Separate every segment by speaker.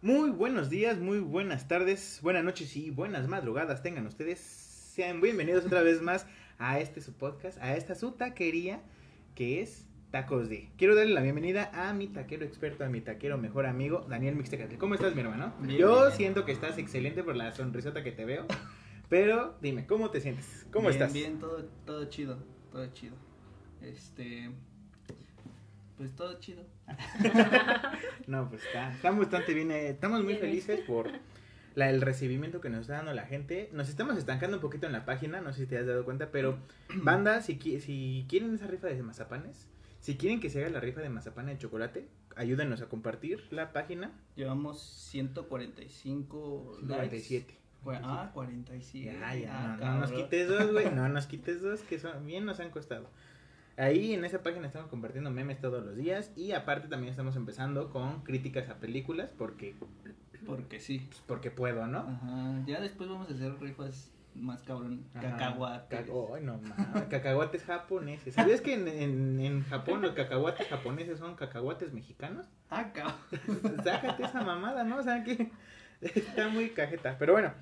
Speaker 1: Muy buenos días, muy buenas tardes, buenas noches y buenas madrugadas tengan ustedes. Sean bienvenidos otra vez más a este su podcast, a esta su taquería que es Tacos de. Quiero darle la bienvenida a mi taquero experto, a mi taquero mejor amigo, Daniel Mixtecatel. ¿Cómo estás, mi hermano?
Speaker 2: Bien,
Speaker 1: Yo
Speaker 2: bien.
Speaker 1: siento que estás excelente por la sonrisota que te veo, pero dime, ¿cómo te sientes? ¿Cómo
Speaker 2: Bien,
Speaker 1: estás?
Speaker 2: Bien, todo, todo chido, todo chido. Este, pues todo chido.
Speaker 1: No, pues está, estamos bastante bien, eh, estamos muy
Speaker 3: Bien.
Speaker 1: felices por la, el recibimiento que nos está dando la gente. Nos estamos estancando un poquito en la página, no sé si te has dado cuenta, pero
Speaker 2: Mm.
Speaker 1: banda, si, qui- si quieren esa rifa de mazapanes, si quieren que se haga la rifa de mazapanes de chocolate, ayúdenos a compartir la página
Speaker 2: Llevamos 145 likes.
Speaker 1: 97.
Speaker 2: Cua- Ah, 47.
Speaker 1: Ya, ya,
Speaker 2: Ah,
Speaker 1: no, no nos
Speaker 2: cabrón.
Speaker 1: quites dos, güey, no nos quites dos, que son, bien nos han costado. Ahí en esa página estamos compartiendo memes todos los días y aparte también estamos empezando con críticas a películas porque,
Speaker 2: Porque sí.
Speaker 1: pues, porque puedo, ¿no?
Speaker 2: Ajá, ya después vamos a hacer rifas más cabrón.
Speaker 1: Ajá.
Speaker 2: Cacahuates.
Speaker 1: Ca- Ay, no mames, Cacahuates japoneses. ¿Sabías que en, en- en Japón los cacahuates japoneses son cacahuates mexicanos?
Speaker 2: Ah, cabrón.
Speaker 1: Sácate esa mamada, ¿no? O sea, que está muy cajeta. Pero bueno,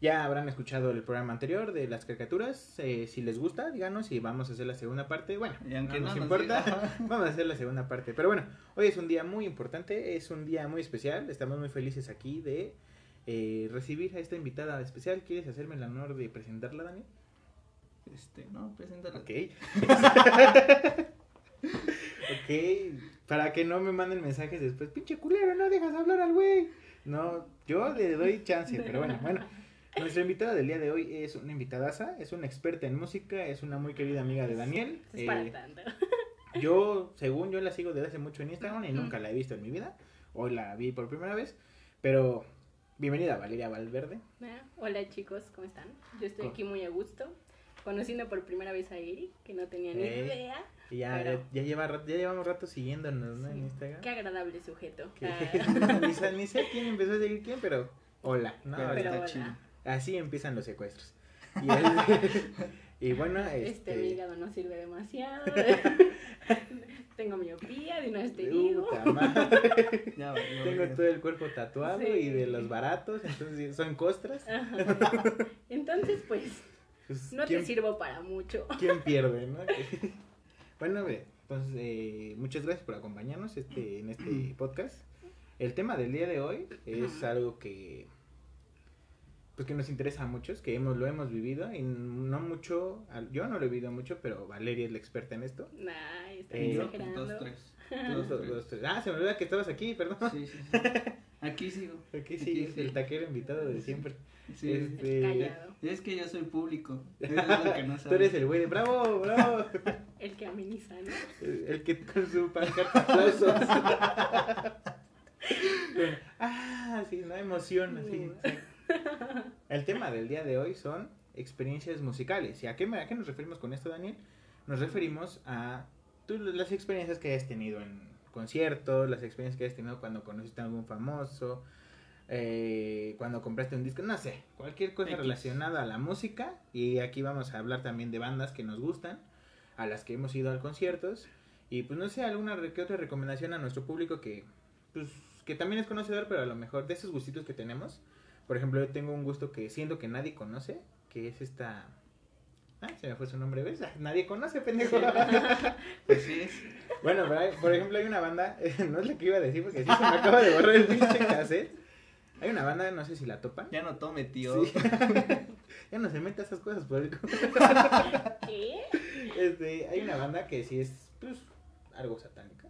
Speaker 1: ya habrán escuchado el programa anterior de las caricaturas. Eh, si les gusta, díganos y vamos a hacer la segunda parte. Bueno,
Speaker 2: Y aunque
Speaker 1: no Ah, nos
Speaker 2: no nos
Speaker 1: importa.
Speaker 2: diga.
Speaker 1: Vamos a hacer la segunda parte. Pero bueno, hoy es un día muy importante, es un día muy especial. Estamos muy felices aquí de eh, recibir a esta invitada especial. ¿Quieres hacerme el honor de presentarla, Dani?
Speaker 2: Este, no, preséntalo.
Speaker 1: Ok. ok. Para que no me manden mensajes después, pinche culero, no dejas hablar al güey. No, yo le doy chance, pero bueno, bueno. Nuestra invitada del día de hoy es una invitadaza, es una experta en música, es una muy querida amiga de Daniel.
Speaker 3: Es para
Speaker 1: Eh,
Speaker 3: tanto.
Speaker 1: yo, según yo la sigo desde hace mucho en Instagram y nunca la he visto en mi vida. Hoy la vi por primera vez, pero bienvenida Valeria Valverde.
Speaker 3: Ah, Hola chicos, ¿cómo están? Yo estoy
Speaker 1: Co-
Speaker 3: aquí muy a gusto, conociendo por primera vez a Eric, que no tenía ni
Speaker 1: Ey.
Speaker 3: idea.
Speaker 1: Y ya,
Speaker 3: Pero-
Speaker 1: ya, lleva, rato- ya llevamos rato siguiéndonos ¿no? en
Speaker 3: Sí.
Speaker 1: Instagram.
Speaker 3: Qué agradable sujeto.
Speaker 1: que-
Speaker 3: Ah,
Speaker 1: ni, sé, ni sé quién empezó a seguir quién, pero hola. ¿no?
Speaker 2: Pero
Speaker 3: Pero
Speaker 2: está
Speaker 3: hola.
Speaker 2: chido.
Speaker 1: Así empiezan los secuestros. Y, el- y bueno,
Speaker 3: este
Speaker 1: este...
Speaker 3: mi hígado no sirve demasiado. Tengo miopía, de una vez te digo.
Speaker 1: Uh, puta madre,
Speaker 2: Ya, valió,
Speaker 1: Tengo
Speaker 2: verga.
Speaker 1: todo el cuerpo tatuado
Speaker 3: Sí.
Speaker 1: y de los baratos, entonces son costras.
Speaker 3: Ajá. Entonces, pues,
Speaker 1: Pues,
Speaker 3: no
Speaker 1: ¿quién-
Speaker 3: te sirvo para mucho.
Speaker 1: ¿Quién pierde, no? bueno, ve, entonces, eh, muchas gracias por acompañarnos este, en este podcast. El tema del día de hoy es algo que pues que nos interesa a muchos, que hemos, lo hemos vivido y no mucho, al- yo no lo he vivido mucho, pero Valeria es la experta en esto.
Speaker 3: Nah, está
Speaker 1: Eh,
Speaker 2: Yo,
Speaker 3: exagerando.
Speaker 2: dos, tres.
Speaker 1: Dos, dos, dos, tres. Ah, se me olvida que estabas aquí, perdón.
Speaker 2: Sí, sí, sí. Aquí sigo.
Speaker 1: Aquí sí,
Speaker 2: Aquí sí.
Speaker 1: el taquero invitado de siempre.
Speaker 2: Sí.
Speaker 1: Este,
Speaker 3: El callado,
Speaker 2: Es que yo soy público. Eso es lo que no
Speaker 1: Tú eres
Speaker 2: sabes.
Speaker 1: el güey de bravo, bravo.
Speaker 3: el que ameniza, ¿no?
Speaker 1: El el que con su pancarta aplausos. Con, ah, sí, la emoción, así. sí. El tema del día de hoy son experiencias musicales. ¿Y a qué, me- a qué nos referimos con esto, Daniel? Nos referimos a tú- las experiencias que hayas tenido en conciertos, las experiencias que hayas tenido cuando conociste a algún famoso, eh, cuando compraste un disco, no sé, cualquier cosa
Speaker 2: X.
Speaker 1: relacionada a la música. Y aquí vamos a hablar también de bandas que nos gustan, a las que hemos ido a conciertos. Y pues no sé, alguna re- que otra recomendación a nuestro público que, pues, que también es conocedor, pero a lo mejor de esos gustitos que tenemos. Por ejemplo, yo tengo un gusto que siento que nadie conoce, que es esta... Ah, se me fue su nombre, ¿ves? Ah, Nadie conoce, pendejo.
Speaker 2: Así Pues es.
Speaker 1: Bueno, pero hay- por ejemplo, hay una banda, no es la que iba a decir porque sí se me acaba de borrar el pinche cassette. Hay una banda, no sé si la topan.
Speaker 2: Ya no tome, tío.
Speaker 1: Sí. ya no se meta esas cosas por el cu-
Speaker 3: ¿Qué?
Speaker 1: Este, hay una banda que sí es, pues, algo satánica.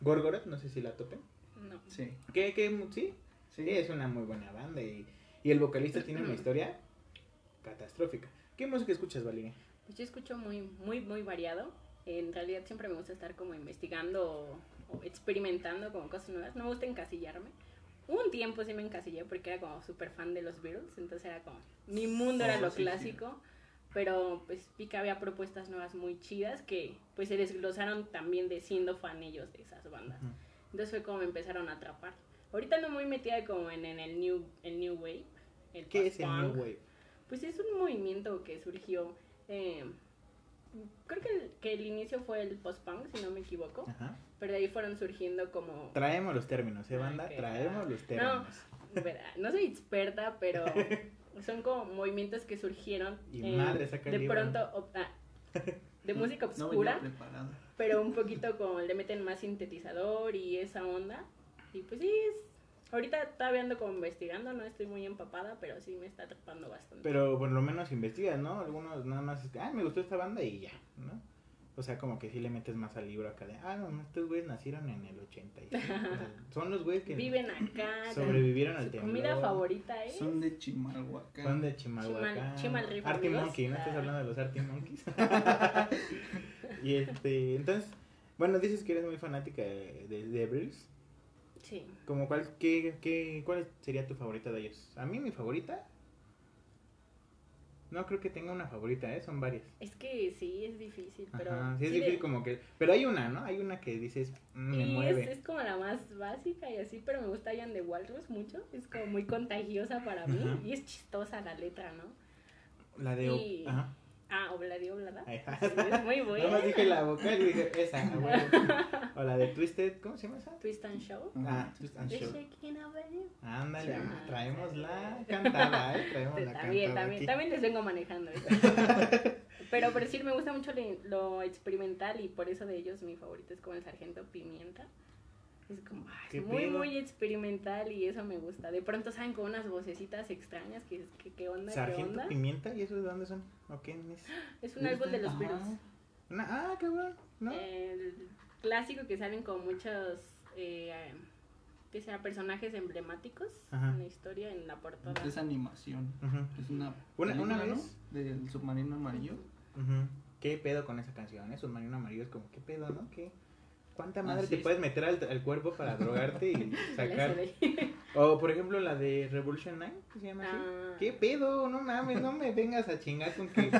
Speaker 1: Gorgoroth, no sé si la topen.
Speaker 3: No.
Speaker 2: Sí.
Speaker 1: Que, que, sí,
Speaker 2: Sí.
Speaker 1: Sí, es una muy buena banda y, y el vocalista tiene una historia catastrófica. ¿Qué música escuchas, Valeria?
Speaker 3: Pues yo escucho muy, muy, muy variado. En realidad siempre me gusta estar como investigando o, o experimentando como cosas nuevas. No me gusta encasillarme. Hubo Un tiempo sí me encasillé porque era como súper fan de los Beatles, entonces era como, mi mundo era
Speaker 2: Oh,
Speaker 3: lo
Speaker 2: sí, sí.
Speaker 3: clásico, pero pues vi que había propuestas nuevas muy chidas que pues se desglosaron también de siendo fan ellos de esas bandas. Entonces fue como me empezaron a atrapar. Ahorita no muy metida como en, en el, new, el New Wave, el
Speaker 1: ¿Qué es el
Speaker 3: post-punk,
Speaker 1: New Wave?
Speaker 3: pues es un movimiento que surgió. em,
Speaker 2: Ah.
Speaker 3: eh, creo que el, que el inicio fue el post-punk, si no me equivoco.
Speaker 1: Ajá.
Speaker 3: Pero de ahí fueron surgiendo como...
Speaker 1: Traemos los términos, ¿eh, banda?
Speaker 3: Ah, ok,
Speaker 1: Traemos
Speaker 3: ah.
Speaker 1: los términos.
Speaker 3: verá, No soy experta, pero son como movimientos que surgieron em,
Speaker 1: Y madre, saca el
Speaker 3: de
Speaker 1: libro.
Speaker 3: pronto ob- ah, de música
Speaker 2: No venía
Speaker 3: obscura,
Speaker 2: preparado.
Speaker 3: pero un poquito como le meten más sintetizador y esa onda. Y pues sí, es- ahorita todavía ando como investigando, no estoy muy empapada, pero sí me está atrapando bastante.
Speaker 1: Pero por lo menos investigas, ¿no? Algunos nada más, es que, ah, me gustó esta banda y ya, ¿no? O sea, como que sí le metes más al libro acá de, ah, no, estos güeyes nacieron en el 80. y- o sea, son los güeyes que
Speaker 3: Viven acá.
Speaker 1: sobrevivieron al
Speaker 3: Su
Speaker 1: temblor.
Speaker 3: comida favorita es.
Speaker 2: Son de Chimalhuacán.
Speaker 1: Son de Chimalhuacán.
Speaker 3: Chimal- Chimalrifa,
Speaker 1: Arctic
Speaker 3: amigos.
Speaker 1: Monkey, ¿no estás
Speaker 3: Ah.
Speaker 1: hablando de los Arctic Monkeys? y este, entonces, bueno, dices que eres muy fanática de, de, de Brils.
Speaker 3: Sí.
Speaker 1: Como cuál, qué, qué, ¿Cuál sería tu favorita de ellos? A mí mi favorita. No creo que tenga una favorita, ¿eh? son varias.
Speaker 3: Es que sí, es difícil, pero.
Speaker 1: Ajá, sí, es
Speaker 3: sí de-
Speaker 1: difícil como que... Pero hay una, ¿no? Hay una que dices, "Mm, me
Speaker 3: y es-
Speaker 1: mueve.
Speaker 3: Es, como la más básica y así, pero me gusta Ian de Walrus mucho. Es como muy contagiosa para mí
Speaker 1: Ajá.
Speaker 3: y es chistosa la letra, ¿no?
Speaker 1: La de...
Speaker 3: y-
Speaker 1: Ajá.
Speaker 3: Ah, obladi, oblada.
Speaker 1: Ahí está.
Speaker 3: Sí, es muy
Speaker 1: Nada más
Speaker 3: buena.
Speaker 1: dije la vocal y dije, esa. a huevo". o la de Twisted, ¿cómo se llama esa?
Speaker 3: Twist and Show.
Speaker 1: Ah,
Speaker 2: Ajá.
Speaker 1: Twist and
Speaker 3: De
Speaker 1: Show.
Speaker 3: Shaking a Baby.
Speaker 1: Ándale,
Speaker 2: Sí.
Speaker 1: ah, traemos la cantada, ¿eh? Traemos la
Speaker 3: También,
Speaker 1: cantada
Speaker 3: también,
Speaker 1: aquí.
Speaker 3: también les vengo manejando. eso. Pero por decir, me gusta mucho le- lo experimental y por eso de ellos mi favorito es como el Sargento Pimienta. Es como ah,
Speaker 1: ¿Qué
Speaker 3: es muy,
Speaker 1: pedo?
Speaker 3: muy experimental y eso me gusta. De pronto saben con unas vocecitas extrañas que dices, ¿qué, qué onda? ¿Qué
Speaker 1: Sargento
Speaker 3: onda?
Speaker 1: Pimienta, ¿y eso de dónde son? ¿O qué es?
Speaker 3: Es un álbum de los
Speaker 1: Ajá.
Speaker 3: Beatles.
Speaker 1: Una- ah, qué bueno, ¿no?
Speaker 3: Eh. El clásico que salen con muchos eh, que sea, personajes emblemáticos
Speaker 1: Ajá.
Speaker 3: en la historia, en la portada.
Speaker 2: Es animación.
Speaker 1: Ujú,
Speaker 2: Es una.
Speaker 1: Una- una
Speaker 2: película, ¿no?
Speaker 1: vez.
Speaker 2: Del submarino amarillo.
Speaker 1: ujú. ¿Qué pedo con esa canción? Es un marino amarillo, es como, ¿qué pedo, no? ¿Qué? ¿Cuánta madre
Speaker 2: Así
Speaker 1: te
Speaker 2: es.
Speaker 1: puedes meter al, al cuerpo para drogarte y
Speaker 3: La
Speaker 1: sacar?
Speaker 3: SD.
Speaker 1: O, por ejemplo, la de Revolution 9, ¿qué se llama así?
Speaker 3: Ah.
Speaker 1: ¿Qué pedo? No mames, no me vengas a chingar con que...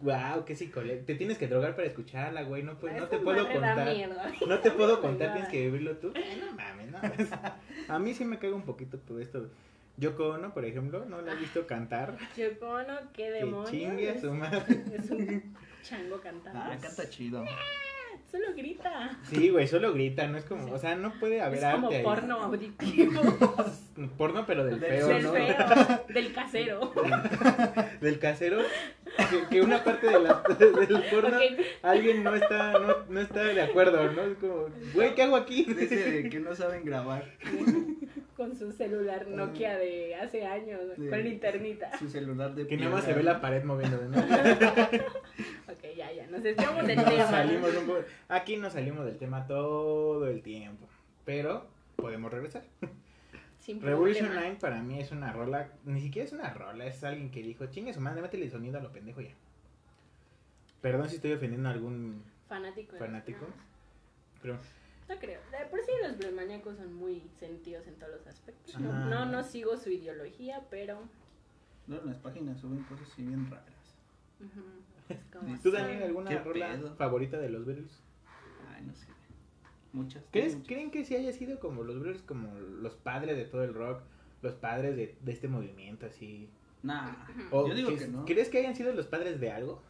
Speaker 1: wow, qué psicológico. Te tienes que drogar para escucharla, güey. No, pues, no
Speaker 3: Esta
Speaker 1: te puedo
Speaker 3: madre da
Speaker 1: contar.
Speaker 3: miedo.
Speaker 1: No te puedo contar,
Speaker 3: Nada.
Speaker 1: tienes que vivirlo tú.
Speaker 3: Eh,
Speaker 1: Ay, no mames, no. A mí sí me caga un poquito todo esto. Yoko Ono, por ejemplo, no la he visto cantar.
Speaker 3: Chocono, qué
Speaker 1: Que
Speaker 3: demonios.
Speaker 1: chingue a su madre.
Speaker 3: Es un chango cantado.
Speaker 1: Ah,
Speaker 2: Ah, canta chido.
Speaker 3: Solo grita.
Speaker 1: Sí, güey, solo grita, no es como, o sea, no puede haber
Speaker 3: es como
Speaker 1: arte ahí.
Speaker 3: porno auditivo.
Speaker 1: Porno, pero del
Speaker 2: Del
Speaker 1: feo,
Speaker 3: del
Speaker 1: ¿no?
Speaker 3: feo, del casero.
Speaker 1: Del casero. Que, que una parte de la- del porno
Speaker 3: Ok.
Speaker 1: alguien no está, no, no está de acuerdo, ¿no? Es como, güey, ¿qué hago aquí?
Speaker 2: De ese de que no saben grabar
Speaker 3: Con su
Speaker 1: Ah.
Speaker 3: celular Nokia de hace años,
Speaker 2: Sí.
Speaker 3: con linternita.
Speaker 2: su celular de
Speaker 1: Que nada más se
Speaker 2: piedra.
Speaker 1: ve la pared moviendo de nuevo.
Speaker 3: Ok, ya, ya, nos desviamos del
Speaker 1: Nos
Speaker 3: tema.
Speaker 1: salimos un poco- Aquí nos salimos del tema todo el tiempo. Pero podemos regresar.
Speaker 3: Sin
Speaker 1: Revolution
Speaker 3: problema.
Speaker 1: 9 para mí es una rola. Ni siquiera es una rola. Es alguien que dijo: chingue su madre, métele el sonido a lo pendejo ya. Perdón si estoy ofendiendo a algún
Speaker 3: Fanático. de los
Speaker 1: fanático.
Speaker 3: Beatles.
Speaker 1: Pero
Speaker 3: No creo. De por sí los bluesmaníacos son muy sentidos en todos los aspectos. No,
Speaker 1: Ajá.
Speaker 3: no, no sigo su ideología, pero...
Speaker 2: Luego en las páginas suben cosas así bien raras.
Speaker 3: ujú, es como-
Speaker 1: ¿tú, Daniel, alguna
Speaker 2: ¿Qué
Speaker 1: rola
Speaker 2: pedo?
Speaker 1: favorita de los Beatles?
Speaker 2: Ay, no sé. Muchas.
Speaker 1: ¿Crees,
Speaker 2: muchas.
Speaker 1: ¿Creen que si haya sido como los Beatles, como los padres de todo el rock? Los padres de, de este movimiento, así.
Speaker 2: Nah.
Speaker 1: O
Speaker 2: Yo digo
Speaker 1: que-
Speaker 2: que no.
Speaker 1: ¿Crees que hayan sido los padres de algo?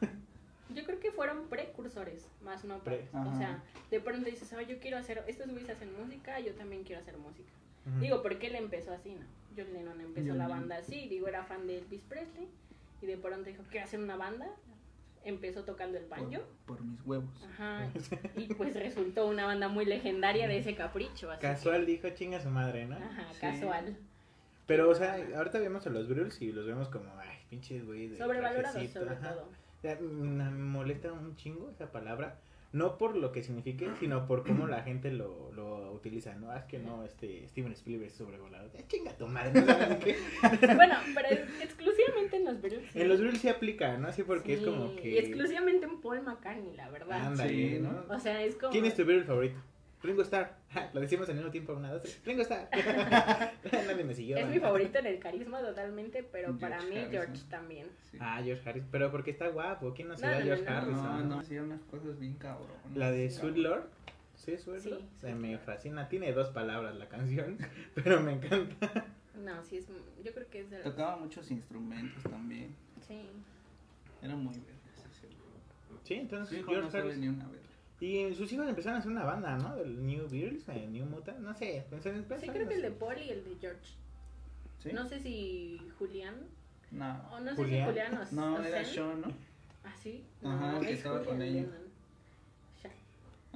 Speaker 3: Yo creo que fueron precursores, más no
Speaker 1: Pre-
Speaker 3: padres. O
Speaker 2: Ajá.
Speaker 3: sea, de pronto dices, oh, yo quiero hacer, estos güeyes hacen música, yo también quiero hacer música.
Speaker 1: Mm.
Speaker 3: Digo, porque él empezó así, ¿no? John Lennon empezó
Speaker 2: John
Speaker 3: la
Speaker 2: Lennon.
Speaker 3: banda así, digo, era fan de Elvis Presley, y de pronto dijo, quiero hacer una banda, empezó tocando el
Speaker 2: Por,
Speaker 3: banjo.
Speaker 2: por mis huevos.
Speaker 3: Ajá, y pues resultó una banda muy legendaria de ese capricho. Así que-
Speaker 1: Casual dijo chinga su madre, ¿no?
Speaker 3: Ajá,
Speaker 2: Sí.
Speaker 3: casual.
Speaker 1: Pero, o sea, ahorita vemos a los Beatles y los vemos como, ay, pinches güey. de
Speaker 3: Sobrevalorados
Speaker 1: trajecito,
Speaker 3: sobre
Speaker 1: ajá.
Speaker 3: todo.
Speaker 1: O sea, me molesta un chingo esa palabra. No por lo que signifique, sino por cómo la gente lo, lo utiliza, ¿no? Ah, Es que no, este, Steven Spielberg es sobrevolado. Ya, chinga tu madre, no sabes qué.
Speaker 3: Bueno, pero es- exclusivamente en los Beatles. sí.
Speaker 1: En los Beatles sí aplica, ¿no? Así porque es
Speaker 3: Sí,
Speaker 1: como que... Ah,
Speaker 3: Y exclusivamente en Paul McCartney, la verdad.
Speaker 1: Ándale,
Speaker 2: Sí,
Speaker 1: ¿no?
Speaker 2: ¿no?
Speaker 3: O sea, es como...
Speaker 1: ¿Quién es tu Beatle favorito? Ringo Starr. Ja, Lo decimos al mismo tiempo, una, dos, tres. Ringo Starr. Nadie me siguió.
Speaker 3: Es
Speaker 1: ¿no?
Speaker 3: mi favorito en el carisma totalmente, pero
Speaker 2: George
Speaker 3: para mí
Speaker 2: Harrison.
Speaker 3: George también.
Speaker 2: Sí.
Speaker 1: Ah, George Harris. Pero porque está guapo. ¿Quién no se
Speaker 3: No,
Speaker 1: da
Speaker 3: no,
Speaker 1: George
Speaker 3: no, no.
Speaker 1: Harrison?
Speaker 2: no, no, hacía unas cosas bien cabrón.
Speaker 1: La de
Speaker 2: Sí,
Speaker 1: Sweet
Speaker 2: cabrón.
Speaker 1: Lord. Sí, Sweet
Speaker 3: Sí,
Speaker 1: Lord. Se
Speaker 3: Sweet
Speaker 1: me
Speaker 3: Lord.
Speaker 1: fascina. Tiene dos palabras la canción, pero me encanta.
Speaker 3: No, sí es... Yo creo que es de los...
Speaker 2: Tocaba muchos instrumentos también.
Speaker 3: Sí.
Speaker 2: Era muy vergas ese güey.
Speaker 1: Sí, entonces
Speaker 2: Su hijo
Speaker 1: George
Speaker 2: no sabe
Speaker 1: Harrison.
Speaker 2: ni una verga.
Speaker 1: Y sus hijos empezaron a hacer una banda, ¿no? El New Beatles, el New Mutant, no sé. Pensaron,
Speaker 3: Sí,
Speaker 1: pensaron
Speaker 3: creo que el
Speaker 1: así.
Speaker 3: de Paul y el de George.
Speaker 2: ¿Sí?
Speaker 3: No sé si Julián.
Speaker 2: No.
Speaker 3: O no sé si
Speaker 1: ¿Julián?
Speaker 3: Julián o
Speaker 2: No,
Speaker 3: o
Speaker 2: era
Speaker 3: Zen.
Speaker 2: Sean, ¿no?
Speaker 3: ¿Ah, sí?
Speaker 2: Ajá, el que
Speaker 3: es
Speaker 2: estaba con
Speaker 3: Julián
Speaker 2: ella.
Speaker 3: Lennon. Ya.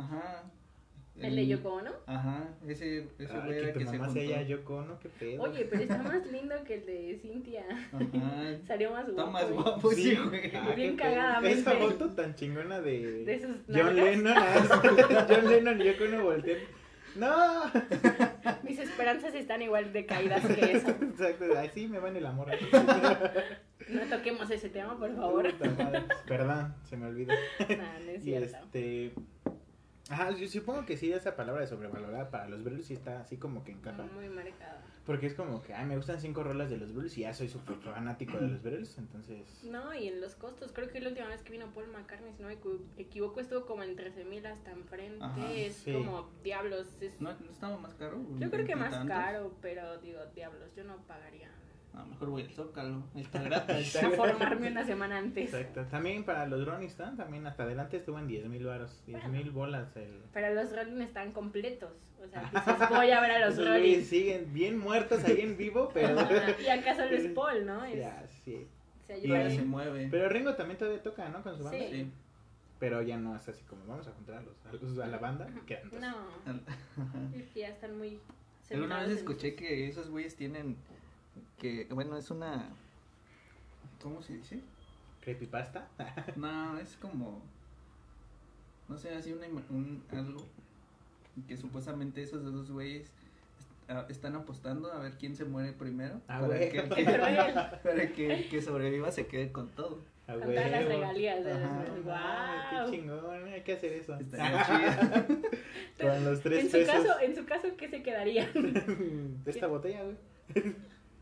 Speaker 2: Ajá.
Speaker 3: El de Yoko Ono.
Speaker 2: Ajá, ese, ese
Speaker 1: Ay,
Speaker 2: güey
Speaker 1: que
Speaker 2: era
Speaker 1: tu
Speaker 2: que se
Speaker 1: mamá
Speaker 2: juntó.
Speaker 1: se haya Yoko Ono, qué pedo.
Speaker 3: Oye, pero está más lindo que el de Cintia.
Speaker 2: Ajá.
Speaker 3: Salió más guapo.
Speaker 2: Está más
Speaker 3: ¿eh?
Speaker 2: guapo, Pues sí, güey.
Speaker 1: Ah,
Speaker 3: Bien
Speaker 1: qué pedo.
Speaker 3: cagadamente.
Speaker 1: Esa foto tan chingona de,
Speaker 3: De sus
Speaker 1: John
Speaker 3: nalgas.
Speaker 1: Lennon. ah, John Lennon y Yoko Ono voltean. ¡No!
Speaker 3: Mis esperanzas están igual de caídas que eso.
Speaker 1: Exacto, así me van el amor.
Speaker 3: No toquemos ese tema, por favor.
Speaker 1: Puta madre. Perdón, se me olvidó.
Speaker 3: Nah, no es
Speaker 1: Y
Speaker 3: cierto.
Speaker 1: este. Ajá, yo supongo que sí, esa palabra de sobrevalorada para los Beatles sí está así como que encaja.
Speaker 3: Muy marcado.
Speaker 1: Porque es como que, ay, me gustan cinco rolas de los Beatles y ya soy súper fanático de los Beatles, entonces.
Speaker 3: No, y en los costos, creo que la última vez que vino Paul McCartney, si no me equivo- equivoco, estuvo como en 13 mil hasta enfrente.
Speaker 2: Ajá,
Speaker 3: es
Speaker 1: sí.
Speaker 3: como diablos. es-
Speaker 2: ¿No, no estaba más caro?
Speaker 3: yo creo que más
Speaker 2: ¿Tantos?
Speaker 3: caro, pero digo, diablos, yo no pagaría.
Speaker 2: A lo mejor voy al Zócalo. Está gratis.
Speaker 1: Exacto.
Speaker 3: A formarme una semana antes.
Speaker 1: Exacto. También para los Rolling Stones, también hasta adelante estuvo en 10 mil varos, 10 mil bolas. El...
Speaker 3: Pero los Rolling están completos. O sea, dices, voy a ver a los
Speaker 1: Esos
Speaker 3: Rolling. Ah,
Speaker 1: güeyes siguen bien muertos ahí en vivo, pero.
Speaker 3: Ajá, Y acá solo es Paul, ¿no? Es,
Speaker 1: ya, sí.
Speaker 3: se
Speaker 1: Y-
Speaker 2: Y ahora
Speaker 3: ayuda.
Speaker 2: se mueve.
Speaker 1: Pero Ringo también todavía toca, ¿no? Con su banda.
Speaker 3: Sí.
Speaker 2: Sí.
Speaker 1: Pero ya no es así como, vamos a juntar a, los, a, los- a la banda. que antes.
Speaker 3: No,
Speaker 2: Ajá.
Speaker 3: es que ya están muy.
Speaker 2: Alguna
Speaker 3: centrados
Speaker 2: vez
Speaker 3: en
Speaker 2: escuché
Speaker 3: sus-
Speaker 2: que esos güeyes tienen. que Bueno, es una. ¿Cómo se dice?
Speaker 1: Creepypasta.
Speaker 2: No, es como. No sé, así una, ima- un, algo. Que supuestamente esos dos güeyes est- a- están apostando a ver quién se muere primero.
Speaker 1: Ah,
Speaker 2: para,
Speaker 1: güey.
Speaker 2: que, el
Speaker 3: Qué
Speaker 2: que-
Speaker 3: cruel.
Speaker 2: para que el que sobreviva se quede con todo.
Speaker 1: A
Speaker 3: Con todas las
Speaker 1: huevo.
Speaker 3: regalías de
Speaker 2: Ajá.
Speaker 3: los
Speaker 1: Ah,
Speaker 3: wow.
Speaker 1: Qué chingón, hay que hacer eso.
Speaker 2: Estaría chido.
Speaker 1: Con los tres
Speaker 3: En su
Speaker 1: pesos
Speaker 3: caso, en su caso, ¿qué se quedaría?
Speaker 1: de esta botella, güey.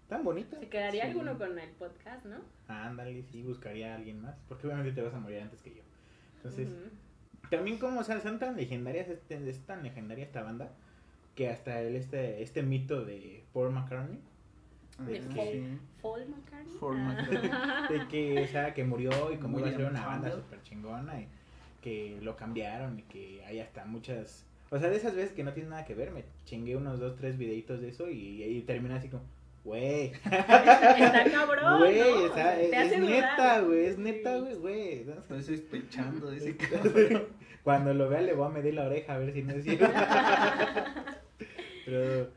Speaker 1: Tan bonita.
Speaker 3: Se quedaría
Speaker 2: Sí.
Speaker 3: alguno con el podcast, ¿no?
Speaker 1: Ándale, sí, buscaría a alguien más. Porque obviamente te vas a morir antes que yo. Entonces,
Speaker 3: Ujú.
Speaker 1: también como o sea, son tan legendarias, este- es tan legendaria esta banda, que hasta el, este, este mito de Paul McCartney,
Speaker 3: De
Speaker 2: Ajá,
Speaker 3: Paul.
Speaker 2: sí.
Speaker 3: Paul McCartney.
Speaker 2: Paul
Speaker 3: Ah.
Speaker 1: de que, o sea, que murió y como iba a ser
Speaker 2: William
Speaker 1: una banda
Speaker 2: Campbell.
Speaker 1: súper chingona y que lo cambiaron y que hay hasta muchas... O sea, de esas veces que no tiene nada que ver, me chingué unos dos, tres videitos de eso y, y termina así como, güey,
Speaker 3: Está cabrón.
Speaker 1: güey,
Speaker 3: ¿no?
Speaker 1: o sea, es,
Speaker 3: Te hace
Speaker 1: es
Speaker 3: dudar.
Speaker 1: neta, güey, es neta,
Speaker 3: Sí.
Speaker 1: güey, güey. no sé.
Speaker 2: Estoy sospechando de ese cabrón.
Speaker 1: Cuando lo vea le voy a medir la oreja a ver si no es cierto. Pero